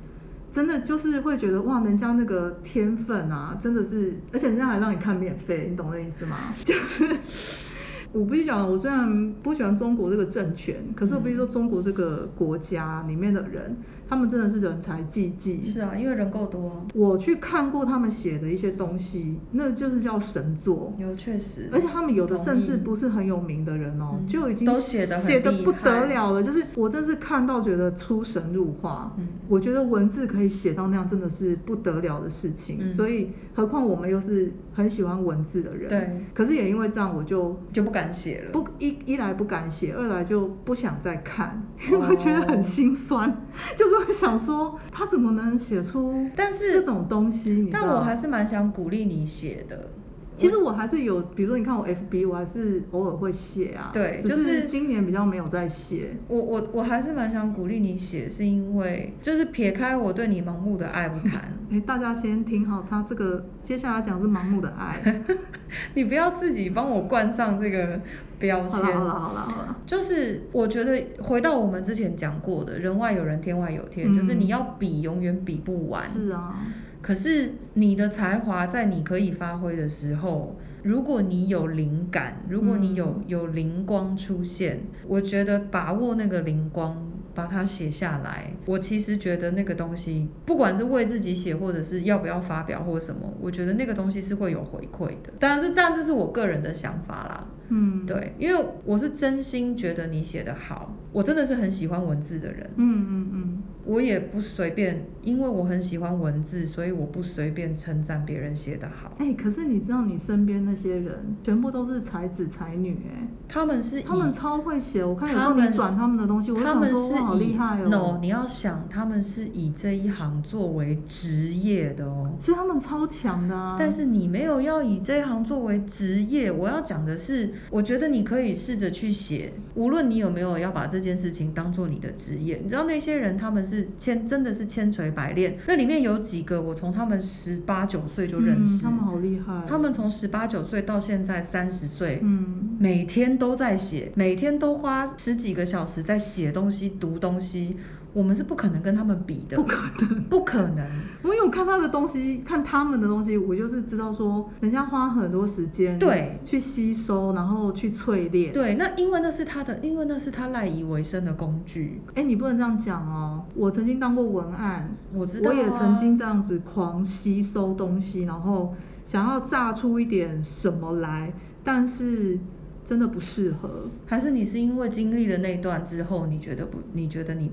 Speaker 1: 真的就是会觉得哇，人家那个天分啊，真的是，而且人家还让你看免费，你懂那意思吗？ <laughs> 就是我必须讲，我虽然不喜欢中国这个政权，可是我必须说，中国这个国家里面的人，他们真的是人才济济。
Speaker 3: 是啊，因为人够多啊。
Speaker 1: 我去看过他们写的一些东西，那就是叫神作。
Speaker 3: 有确实
Speaker 1: 而且他们有的
Speaker 3: 同
Speaker 1: 甚
Speaker 3: 意
Speaker 1: 至不是很有名的人哦、
Speaker 3: 嗯
Speaker 1: 就已经
Speaker 3: 都写得很
Speaker 1: 写的
Speaker 3: 厉
Speaker 1: 不
Speaker 3: 害
Speaker 1: 得了了。就是我真是看到觉得出神入化。
Speaker 3: 嗯
Speaker 1: 我觉得文字可以写到那样，真的是不得了的事情。
Speaker 3: 嗯
Speaker 1: 所以，何况我们又是很喜欢文字的人。
Speaker 3: 对
Speaker 1: 可是也因为这样，我就
Speaker 3: 就不敢写了
Speaker 1: 不一一来不敢写，二来就不想再看，因
Speaker 3: 哦
Speaker 1: 为觉得很心酸， <laughs> 就是会想说他怎么能写出
Speaker 3: 但是
Speaker 1: 这种东西？你知
Speaker 3: 但
Speaker 1: 道
Speaker 3: 我还是蛮想鼓励你写的。
Speaker 1: 其实我还是有，比如说你看我 FB，我还是偶尔会写啊。
Speaker 3: 对
Speaker 1: 只
Speaker 3: 就是是
Speaker 1: 今年比较没有在写。
Speaker 3: 我我我还是蛮想鼓励你写，是因为就是撇开我对你盲目的爱不谈， <laughs>
Speaker 1: 哎、大家先听好，他这个接下来讲是盲目的爱。
Speaker 3: <laughs> 你不要自己帮我冠上这个标签。
Speaker 1: 好啦好啦好啦好啦
Speaker 3: 就是我觉得回到我们之前讲过的，人外有人，天外有天，
Speaker 1: 嗯
Speaker 3: 就是你要比永远比不完。
Speaker 1: 是啊。
Speaker 3: 可是你的才华在你可以发挥的时候，如果你有灵感，如果你有、
Speaker 1: 嗯
Speaker 3: 有灵光出现，我觉得把握那个灵光。把它写下来，我其实觉得那个东西，不管是为自己写，或者是要不要发表或什么，我觉得那个东西是会有回馈的。当然这，但这是我个人的想法啦。
Speaker 1: 嗯
Speaker 3: 对，因为我是真心觉得你写的好，我真的是很喜欢文字的人。
Speaker 1: 嗯嗯嗯。
Speaker 3: 我也不随便，因为我很喜欢文字，所以我不随便称赞别人写的好。
Speaker 1: 哎、可是你知道你身边那些人全部都是才子才女哎、
Speaker 3: 他们是以
Speaker 1: 他们超会写我看有时
Speaker 3: 他
Speaker 1: 候你
Speaker 3: 们
Speaker 1: 转他们的东西我就
Speaker 3: 他们
Speaker 1: 想说
Speaker 3: 是
Speaker 1: 哇好
Speaker 3: 以
Speaker 1: 厉害哦
Speaker 3: No，你要想，他们是以这一行作为职业的哦。
Speaker 1: 所以他们超强的啊。
Speaker 3: 但是你没有要以这一行作为职业，我要讲的是，我觉得你可以试着去写，无论你有没有要把这件事情当做你的职业。你知道那些人他们是千真的是千锤百炼，那里面有几个我从他们十八九岁就认识、
Speaker 1: 嗯他们好厉害
Speaker 3: 他们从十八九岁到现在三十岁，
Speaker 1: 嗯
Speaker 3: 每天都在写，每天都花十几个小时在写东西、读东西。我们是不可能跟他们比的，
Speaker 1: 不可能
Speaker 3: 不可能。
Speaker 1: 我有看他的东西，看他们的东西，我就是知道说，人家花很多时间
Speaker 3: 对
Speaker 1: 去吸收，然后去淬炼。
Speaker 3: 对，那因为那是他的，因为那是他赖以为生的工具。
Speaker 1: 哎、你不能这样讲哦。我曾经当过文案，
Speaker 3: 我知道啊
Speaker 1: 我也曾经这样子狂吸收东西，然后想要榨出一点什么来，但是真的不适合。
Speaker 3: 还是你是因为经历了那段之后，你觉得不？你觉得你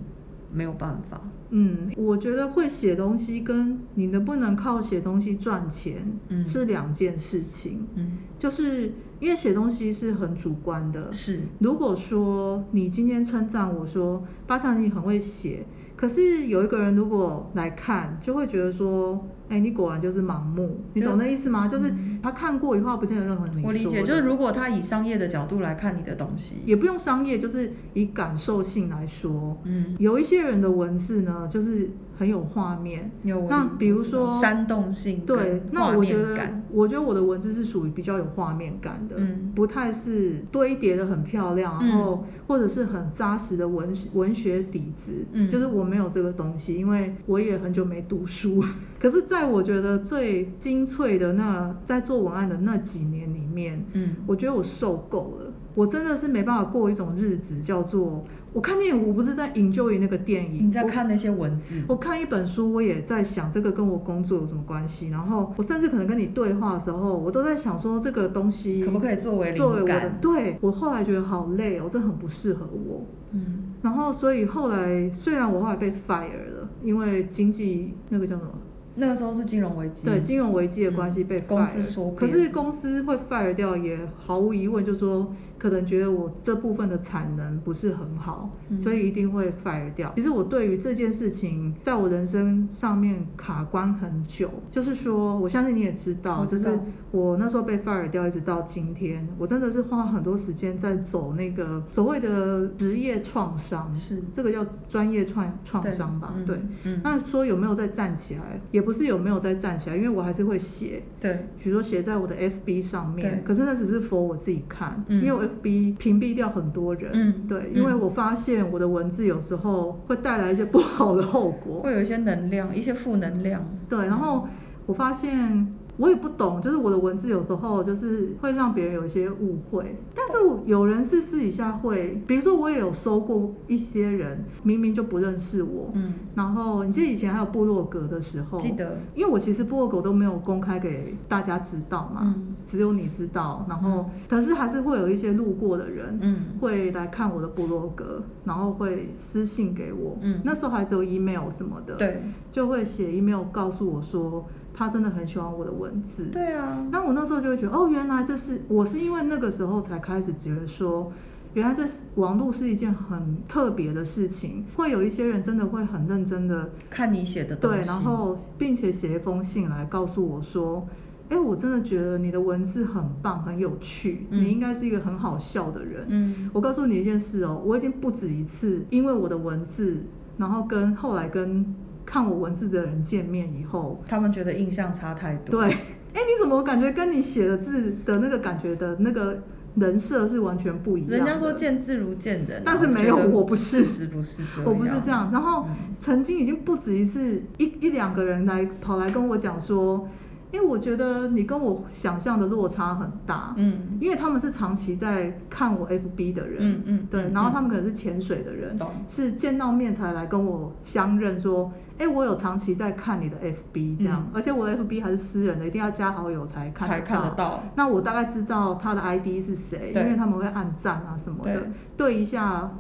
Speaker 3: 没有办法？
Speaker 1: 嗯，我觉得会写东西跟你能不能靠写东西赚钱，
Speaker 3: 嗯
Speaker 1: 是两件事情。
Speaker 3: 嗯
Speaker 1: 就是因为写东西是很主观的。
Speaker 3: 是
Speaker 1: 如果说你今天称赞我说八强你很会写，可是有一个人如果来看，就会觉得说，哎、你果然就是盲目，你懂那意思吗？就是他看过以后，他不见得认同你
Speaker 3: 嗯我理
Speaker 1: 说
Speaker 3: 解，
Speaker 1: 的
Speaker 3: 就是如果他以商业的角度来看你的东西，
Speaker 1: 也不用商业，就是以感受性来说，
Speaker 3: 嗯
Speaker 1: 有一些人的文字呢，就是很有画面，
Speaker 3: 有我
Speaker 1: 那
Speaker 3: 理
Speaker 1: 比如
Speaker 3: 我知道
Speaker 1: 说
Speaker 3: 煽动性跟
Speaker 1: 对，那
Speaker 3: 画
Speaker 1: 我
Speaker 3: 面
Speaker 1: 觉得
Speaker 3: 感
Speaker 1: 我觉得我的文字是属于比较有画面感的，
Speaker 3: 嗯
Speaker 1: 不太是堆叠的很漂亮，
Speaker 3: 嗯
Speaker 1: 然后或者是很扎实的文学文学底子，
Speaker 3: 嗯
Speaker 1: 就是我没有这个东西，因为我也很久没读书， <laughs> 可是在我觉得最精粹的那在做文案的那几年里面，
Speaker 3: 嗯
Speaker 1: 我觉得我受够了。我真的是没办法过一种日子，叫做我看电影，我不是在 enjoy 那个电影，
Speaker 3: 你在
Speaker 1: 我
Speaker 3: 看那些文字
Speaker 1: 我看一本书，我也在想这个跟我工作有什么关系。然后我甚至可能跟你对话的时候，我都在想说这个东西
Speaker 3: 可不可以作为灵
Speaker 1: 作为我的
Speaker 3: 感？
Speaker 1: 对我后来觉得好累哦，这很不适合我。
Speaker 3: 嗯，
Speaker 1: 然后所以后来虽然我后来被 fire 了，因为经济那个叫什么？
Speaker 3: 那个时候是金融危机，
Speaker 1: 对金融危机的关系被 fire，、
Speaker 3: 嗯公司缩
Speaker 1: 可
Speaker 3: 编
Speaker 1: 是公司会 fire 掉，也毫无疑问，就说可能觉得我这部分的产能不是很好，
Speaker 3: 嗯
Speaker 1: 所以一定会 fire 掉。其实我对于这件事情，在我人生上面卡关很久，就是说，我相信你也知道，
Speaker 3: 我
Speaker 1: 就是
Speaker 3: 知道
Speaker 1: 我那时候被 fire 掉，一直到今天，我真的是花很多时间在走那个所谓的职业创伤，
Speaker 3: 是
Speaker 1: 这个叫专业创创
Speaker 3: 对
Speaker 1: 伤吧？
Speaker 3: 嗯
Speaker 1: 对，
Speaker 3: 嗯
Speaker 1: 那说有没有再站起来，也不是有没有再站起来，因为我还是会写，
Speaker 3: 对
Speaker 1: 比如说写在我的 FB 上面，
Speaker 3: 对
Speaker 1: 可是那只是 for 我自己看，
Speaker 3: 嗯
Speaker 1: 因为我 FB 屏蔽掉很多人，
Speaker 3: 嗯
Speaker 1: 对，
Speaker 3: 嗯
Speaker 1: 因为我发现我的文字有时候会带来一些不好的后果，
Speaker 3: 会有一些能量，一些负能量。
Speaker 1: 对，然后我发现我也不懂，就是我的文字有时候就是会让别人有一些误会，但是我有人是私底下会，比如说我也有收过一些人明明就不认识我，
Speaker 3: 嗯
Speaker 1: 然后你记得以前还有部落格的时候，
Speaker 3: 记得
Speaker 1: 因为我其实部落格都没有公开给大家知道嘛，
Speaker 3: 嗯
Speaker 1: 只有你知道，然后
Speaker 3: 嗯
Speaker 1: 可是还是会有一些路过的人，
Speaker 3: 嗯
Speaker 1: 会来看我的部落格，然后会私信给我，
Speaker 3: 嗯
Speaker 1: 那时候还只有 email 什么的，
Speaker 3: 对
Speaker 1: 就会写 email 告诉我说他真的很喜欢我的文字。
Speaker 3: 对啊
Speaker 1: 那我那时候就会觉得，哦，原来这是我是因为那个时候才开始觉得说。原来这网络是一件很特别的事情，会有一些人真的会很认真的
Speaker 3: 看你写的东西
Speaker 1: 对，然后并且写一封信来告诉我说，哎，我真的觉得你的文字很棒，很有趣，
Speaker 3: 嗯
Speaker 1: 你应该是一个很好笑的人。
Speaker 3: 嗯
Speaker 1: 我告诉你一件事哦，我已经不止一次因为我的文字，然后跟后来跟看我文字的人见面以后，
Speaker 3: 他们觉得印象差太多。
Speaker 1: 对， <laughs> 哎，你怎么感觉跟你写的字的那个感觉的那个人设是完全不一样的？
Speaker 3: 人家说见字如见人啊
Speaker 1: 但是没有，
Speaker 3: 我觉得
Speaker 1: 我不是，
Speaker 3: 事实不是这样
Speaker 1: 我不是这样。然后
Speaker 3: 嗯
Speaker 1: 曾经已经不止一次，一一两个人来跑来跟我讲说。因为我觉得你跟我想象的落差很大，
Speaker 3: 嗯
Speaker 1: 因为他们是长期在看我 FB 的人，
Speaker 3: 嗯嗯
Speaker 1: 对，
Speaker 3: 嗯
Speaker 1: 然后他们
Speaker 3: 嗯
Speaker 1: 可能是潜水的人，
Speaker 3: 懂
Speaker 1: 是见到面才来跟我相认说，哎，我有长期在看你的 FB 这样，
Speaker 3: 嗯
Speaker 1: 而且我的 FB 还是私人的，一定要加好友才看
Speaker 3: 才看得到
Speaker 1: 那我大概知道他的 ID 是谁，因
Speaker 3: 对
Speaker 1: 为他们会按赞啊什么的，对一下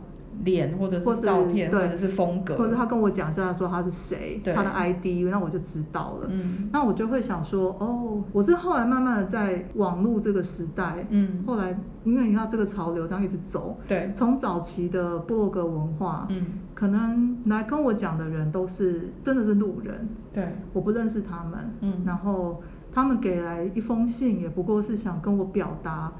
Speaker 3: 脸或者
Speaker 1: 或
Speaker 3: 是照片
Speaker 1: 对
Speaker 3: 或者是风格，
Speaker 1: 或者他跟我讲一下说他是谁，
Speaker 3: 对
Speaker 1: 他的 ID，那我就知道了。
Speaker 3: 嗯
Speaker 1: 那我就会想说，哦，我是后来慢慢的在网络这个时代，
Speaker 3: 嗯
Speaker 1: 后来因为你知道这个潮流这样一直走，
Speaker 3: 对
Speaker 1: 从早期的部落格文化，
Speaker 3: 嗯
Speaker 1: 可能来跟我讲的人都是真的是路人，
Speaker 3: 对
Speaker 1: 我不认识他们，
Speaker 3: 嗯
Speaker 1: 然后他们给来一封信，也不过是想跟我表达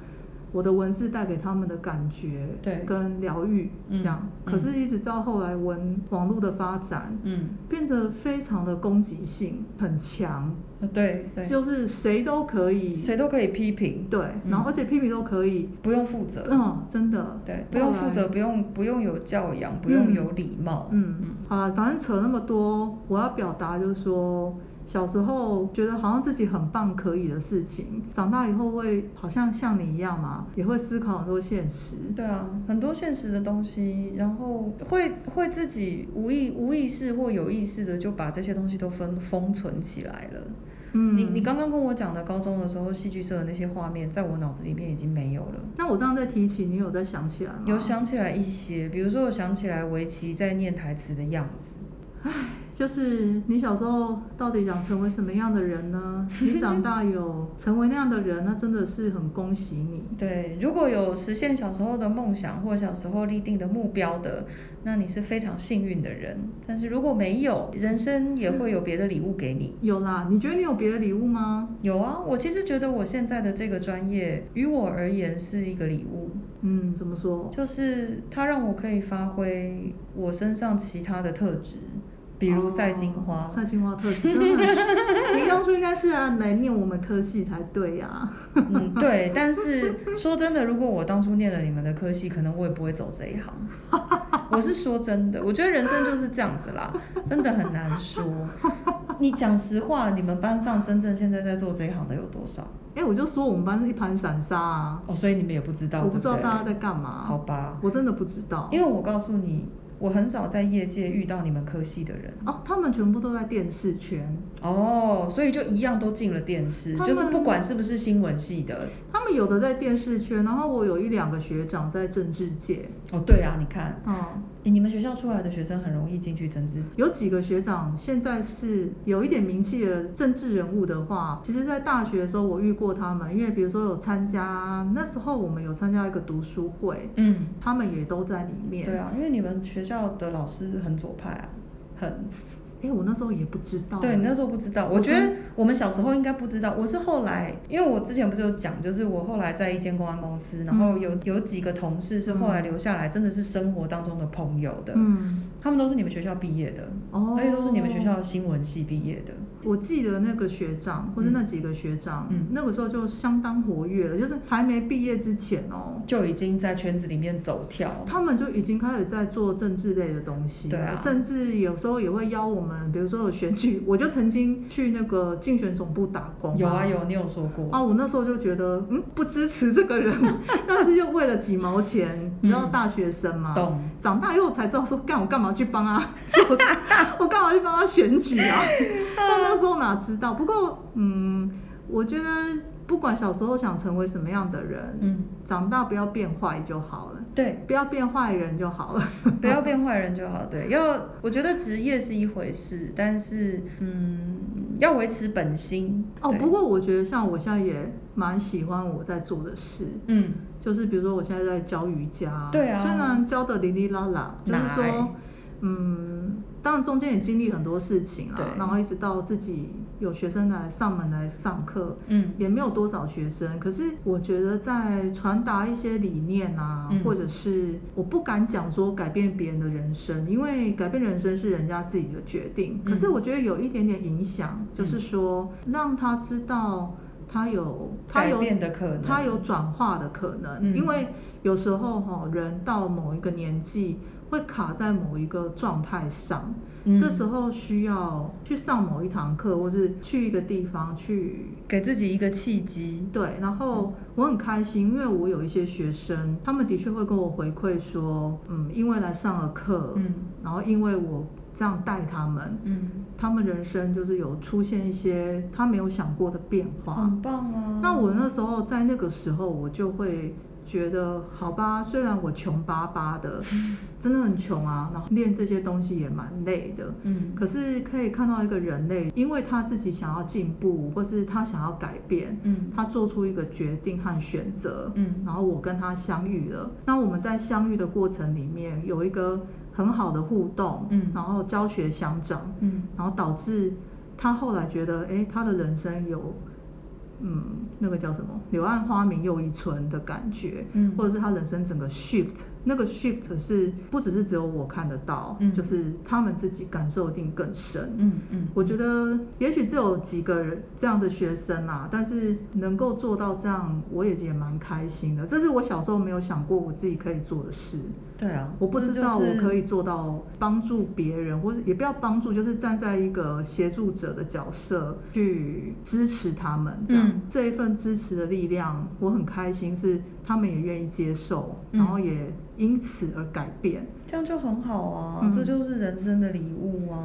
Speaker 1: 我的文字带给他们的感觉，
Speaker 3: 对
Speaker 1: 跟疗愈这
Speaker 3: 嗯
Speaker 1: 样。
Speaker 3: 嗯
Speaker 1: 可是，一直到后来文网络的发展，
Speaker 3: 嗯
Speaker 1: 变得非常的攻击性很强，
Speaker 3: 呃对对，
Speaker 1: 就是谁都可以，
Speaker 3: 谁都可以批评，
Speaker 1: 对，
Speaker 3: 嗯
Speaker 1: 然后而且批评都可以，
Speaker 3: 不用负责，
Speaker 1: 嗯，真的，
Speaker 3: 对，不用负
Speaker 1: 后
Speaker 3: 责，
Speaker 1: 来
Speaker 3: 不用不用有教养，不用有礼貌，
Speaker 1: 嗯，好了，反正扯那么多，我要表达就是说，小时候觉得好像自己很棒可以的事情，长大以后会好像像你一样嘛，也会思考很多现实。
Speaker 3: 对啊，很多现实的东西，然后会会自己无意无意识或有意识的就把这些东西都封封存起来了。
Speaker 1: 嗯
Speaker 3: 你你刚刚跟我讲的高中的时候戏剧社的那些画面，在我脑子里面已经没有了。
Speaker 1: 那我刚刚在提起，你有在想起来吗？
Speaker 3: 有想起来一些，比如说我想起来围棋在念台词的样子，
Speaker 1: 唉，就是你小时候到底想成为什么样的人
Speaker 3: <laughs>
Speaker 1: 呢？你长大有成为那样的人，那真的是很恭喜你。
Speaker 3: 对，如果有实现小时候的梦想或小时候立定的目标的，那你是非常幸运的人。但是如果没有，人生也会有别的礼物给你。
Speaker 1: 有啦，你觉得你有别的礼物吗？
Speaker 3: 有啊，我其实觉得我现在的这个专业，于我而言是一个礼物，
Speaker 1: 嗯，怎么说？
Speaker 3: 就是它让我可以发挥我身上其他的特质，比如赛金花
Speaker 1: 哦。赛金花特质真的
Speaker 3: <laughs>
Speaker 1: 很。你当初应该是啊，来念我们科系才对啊呀、
Speaker 3: <laughs> 嗯，
Speaker 1: <laughs>
Speaker 3: 对，但是说真的，如果我当初念了你们的科系，可能我也不会走这一行。我是说真的，我觉得人生就是这样子啦，真的很难说。你讲实话，你们班上真正现在在做这一行的有多少？
Speaker 1: 哎、我就说我们班是一盘散沙啊，
Speaker 3: 哦，所以你们也不知道，
Speaker 1: 我不知道
Speaker 3: 对对
Speaker 1: 大家在干嘛。
Speaker 3: 好吧，
Speaker 1: 我真的不知道，
Speaker 3: 因为我告诉你，我很少在业界遇到你们科系的人。
Speaker 1: 哦，他们全部都在电视圈，
Speaker 3: 哦，所以就一样都进了电视，
Speaker 1: 他
Speaker 3: 就
Speaker 1: 们
Speaker 3: 是不管是不是新闻系的。
Speaker 1: 他们有的在电视圈，然后我有一两个学长在政治界，
Speaker 3: 哦，对啊，你看，
Speaker 1: 嗯，
Speaker 3: 诶你们学校出来的学生很容易进去政治。
Speaker 1: 有几个学长现在是有一点名气的政治人物的话，其实，在大学的时候我遇过他们，因为比如说有参加，那时候我们有参加一个读书会，
Speaker 3: 嗯
Speaker 1: 他们也都在里面。
Speaker 3: 对啊，因为你们学校的老师很左派啊，很。
Speaker 1: 哎、我那时候也不知道。
Speaker 3: 对，你那时候不知道，我觉得我们小时候应该不知道。我是后来，因为我之前不是有讲，就是我后来在一间公安公司，然
Speaker 1: 嗯
Speaker 3: 后有有几个同事是后来留下来，真的是生活当中的朋友的。
Speaker 1: 嗯，
Speaker 3: 他们都是你们学校毕业的，
Speaker 1: 哦
Speaker 3: 而且都是你们学校新闻系毕业的。
Speaker 1: 我记得那个学长，或是那几个学长，
Speaker 3: 嗯
Speaker 1: 那个时候就相当活跃了，就是还没毕业之前哦、
Speaker 3: 就已经在圈子里面走跳，
Speaker 1: 他们就已经开始在做政治类的东西了，
Speaker 3: 对啊
Speaker 1: 甚至有时候也会邀我们，比如说有选举，我就曾经去那个竞选总部打工、
Speaker 3: 有啊有，你有说过
Speaker 1: 啊，我那时候就觉得，嗯，不支持这个
Speaker 3: <laughs>
Speaker 1: 人，但是又为了几毛钱，你知道
Speaker 3: 嗯
Speaker 1: 大学生嘛，
Speaker 3: 懂
Speaker 1: 长大以后才知道说，干我干嘛去帮他，
Speaker 3: <laughs>
Speaker 1: 我我干嘛去帮他选举啊？但那时候哪知道？不过，嗯，我觉得不管小时候想成为什么样的人，
Speaker 3: 嗯
Speaker 1: 长大不要变坏就好了。
Speaker 3: 对
Speaker 1: 不要变坏人就好了。
Speaker 3: 不要变坏人就好。对，要我觉得职业是一回事，但是嗯，要维持本心。
Speaker 1: 哦，
Speaker 3: 对
Speaker 1: 不过我觉得像我现在也蛮喜欢我在做的事，
Speaker 3: 嗯，
Speaker 1: 就是比如说我现在在教瑜伽，
Speaker 3: 对啊
Speaker 1: 虽然教的零零拉拉，就是
Speaker 3: 来
Speaker 1: 说，嗯，当然中间也经历很多事情啦
Speaker 3: 对，
Speaker 1: 然后一直到自己有学生来上门来上课，
Speaker 3: 嗯
Speaker 1: 也没有多少学生，可是我觉得在传达一些理念啊，
Speaker 3: 嗯
Speaker 1: 或者是我不敢讲说改变别人的人生，因为改变人生是人家自己的决定，可是
Speaker 3: 嗯
Speaker 1: 我觉得有一点点影响，就是
Speaker 3: 嗯
Speaker 1: 说让他知道。他有，他
Speaker 3: 改
Speaker 1: 有
Speaker 3: 变的可能
Speaker 1: 他有转化的可能，
Speaker 3: 嗯
Speaker 1: 因为有时候哈、人到某一个年纪会卡在某一个状态上，
Speaker 3: 嗯
Speaker 1: 这时候需要去上某一堂课，或是去一个地方去。
Speaker 3: 给自己一个契机。
Speaker 1: 对，然
Speaker 3: 嗯
Speaker 1: 后我很开心，因为我有一些学生，他们的确会跟我回馈说，嗯，因为来上了课，
Speaker 3: 嗯
Speaker 1: 然后因为我这样带他们，
Speaker 3: 嗯
Speaker 1: 他们人生就是有出现一些他没有想过的变化，
Speaker 3: 很棒啊
Speaker 1: 那我那时候在那个时候，我就会觉得，好吧，虽然我穷巴巴
Speaker 3: <laughs>
Speaker 1: 的，真的很穷啊，然后练这些东西也蛮累的，
Speaker 3: 嗯
Speaker 1: 可是可以看到一个人类，因为他自己想要进步，或是他想要改变，
Speaker 3: 嗯
Speaker 1: 他做出一个决定和选择，
Speaker 3: 嗯
Speaker 1: 然后我跟他相遇了，那我们在相遇的过程里面有一个很好的互动，
Speaker 3: 嗯
Speaker 1: 然后教学相长，
Speaker 3: 嗯
Speaker 1: 然后导致他后来觉得，哎，他的人生有，嗯，那个叫什么“柳暗花明又一村”的感觉，
Speaker 3: 嗯
Speaker 1: 或者是他人生整个 shift，那个 shift 是不只是只有我看得到，
Speaker 3: 嗯
Speaker 1: 就是他们自己感受一定更深，
Speaker 3: 嗯嗯
Speaker 1: 我觉得也许只有几个人这样的学生啊，但是能够做到这样，我也也蛮开心的，这是我小时候没有想过我自己可以做的事，
Speaker 3: 对啊
Speaker 1: 我不
Speaker 3: 这
Speaker 1: 知
Speaker 3: 就
Speaker 1: 道我
Speaker 3: 是
Speaker 1: 可以做到帮助别人，或者也不要帮助，就是站在一个协助者的角色去支持他们。这样、
Speaker 3: 嗯
Speaker 1: 这一份支持的力量，我很开心，是他们也愿意接受，
Speaker 3: 嗯
Speaker 1: 然后也因此而改变。
Speaker 3: 这样就很好啊，
Speaker 1: 嗯
Speaker 3: 这就是人生的礼物啊。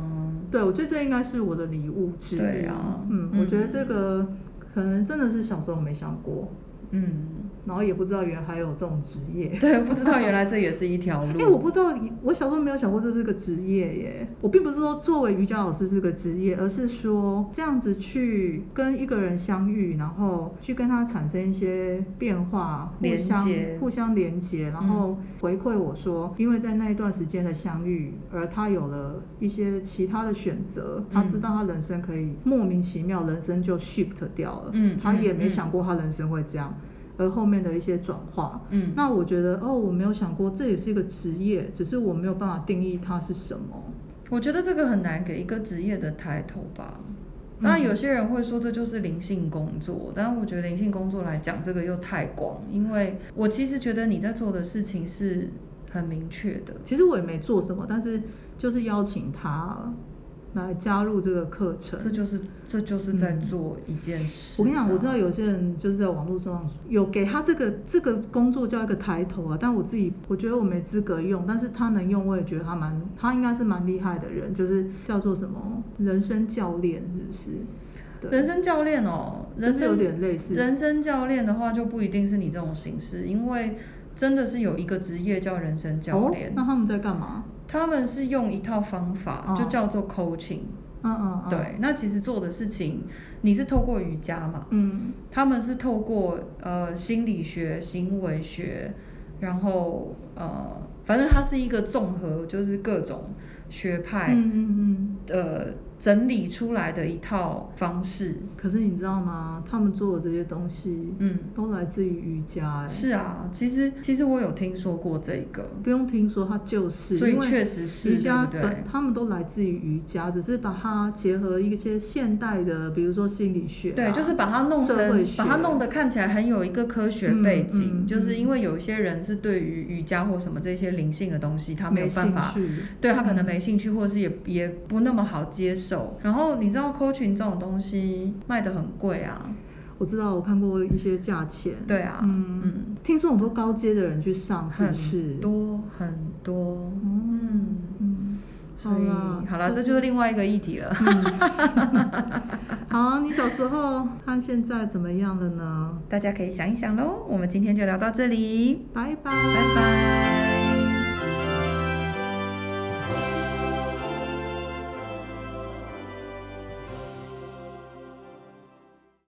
Speaker 1: 对，我觉得这应该是我的礼物之一。
Speaker 3: 对啊
Speaker 1: 嗯，
Speaker 3: 嗯
Speaker 1: 我觉得这个可能真的是小时候没想过，
Speaker 3: 嗯， <laughs>
Speaker 1: 然后也不知道原来还有这种职业。
Speaker 3: 对，不知道原来这也是
Speaker 1: <laughs>
Speaker 3: 一条
Speaker 1: 哎、
Speaker 3: 路。
Speaker 1: 我不知道，我小时候没有想过这是个职业耶。我并不是说作为瑜伽老师是个职业，而是说这样子去跟一个人相遇，然后去跟他产生一些变化，互
Speaker 3: 连
Speaker 1: 相
Speaker 3: 接嗯
Speaker 1: 互相连接，然后回馈我说，因为在那一段时间的相遇，而他有了一些其他的选择，他
Speaker 3: 嗯
Speaker 1: 知道他人生可以莫名其妙，人生就 shift 掉了，
Speaker 3: 嗯
Speaker 1: 他也
Speaker 3: 嗯
Speaker 1: 没
Speaker 3: 嗯
Speaker 1: 想过他人生会这样。而后面的一些转化，
Speaker 3: 嗯
Speaker 1: 那我觉得哦，我没有想过这也是一个职业，只是我没有办法定义它是什么。
Speaker 3: 我觉得这个很难给一个职业的抬头吧。
Speaker 1: 嗯
Speaker 3: 当然，有些人会说这就是灵性工作，但我觉得灵性工作来讲，这个又太广，因为我其实觉得你在做的事情是很明确的。
Speaker 1: 其实我也没做什么，但是就是邀请他来加入这个课程。
Speaker 3: 这就是啊这就是在做一件事、啊
Speaker 1: 我跟你讲，我知道有些人就是在网络上有给他这个这个工作叫一个抬头啊，但我自己我觉得我没资格用，但是他能用，我也觉得他蛮他应该是蛮厉害的人，就是叫做什么人生教练是不是？对
Speaker 3: 人生教练哦，人
Speaker 1: 就是
Speaker 3: 生
Speaker 1: 有点类似
Speaker 3: 人生教练的话，就不一定是你这种形式，因为真的是有一个职业叫人生教练。
Speaker 1: 哦，那他们在干嘛？
Speaker 3: 他们是用一套方法，
Speaker 1: 哦
Speaker 3: 就叫做 coaching。
Speaker 1: 嗯嗯嗯，
Speaker 3: 对，那其实做的事情，你是透过瑜伽嘛？
Speaker 1: 嗯
Speaker 3: 他们是透过呃心理学、行为学，然后呃，反正它是一个综合，就是各种学派，
Speaker 1: 嗯嗯
Speaker 3: 呃，整理出来的一套方式。
Speaker 1: 可是你知道吗？他们做的这些东西，
Speaker 3: 嗯
Speaker 1: 都来自于瑜伽、欸。
Speaker 3: 是，啊，其实其实我有听说过这个，
Speaker 1: 不用听说，它就是。
Speaker 3: 所以
Speaker 1: 因为
Speaker 3: 确实是
Speaker 1: 瑜伽
Speaker 3: 对
Speaker 1: 本，
Speaker 3: 不对
Speaker 1: 他们都来自于瑜伽，只是把它结合一些现代的，比如说心理学、啊，
Speaker 3: 对，就是把它弄
Speaker 1: 社会
Speaker 3: 成，
Speaker 1: 学
Speaker 3: 把它弄得看起来很有一个科学背
Speaker 1: 嗯
Speaker 3: 景，
Speaker 1: 嗯
Speaker 3: 就是因
Speaker 1: 嗯
Speaker 3: 为有一些人是对于瑜伽或什么这些灵性的东西，他有
Speaker 1: 没
Speaker 3: 办
Speaker 1: 兴
Speaker 3: 法
Speaker 1: 趣，
Speaker 3: 对他可能
Speaker 1: 嗯
Speaker 3: 没兴趣，或者是也也不那么好接受。然后你知道 coaching 这种东西卖的很贵啊，
Speaker 1: 我知道，我看过一些价钱。
Speaker 3: 对啊
Speaker 1: 嗯
Speaker 3: 嗯
Speaker 1: 听说很多高阶的人去上，是不哦是？
Speaker 3: 很多很多，
Speaker 1: 嗯嗯，
Speaker 3: 所以好啦，
Speaker 1: 就嗯
Speaker 3: 这就是另外一个议题了。 <laughs>
Speaker 1: 好，你小时候和现在怎么样了呢？
Speaker 3: 大家可以想一想喽。我们今天就聊到这里，
Speaker 1: 拜拜，
Speaker 3: 拜拜。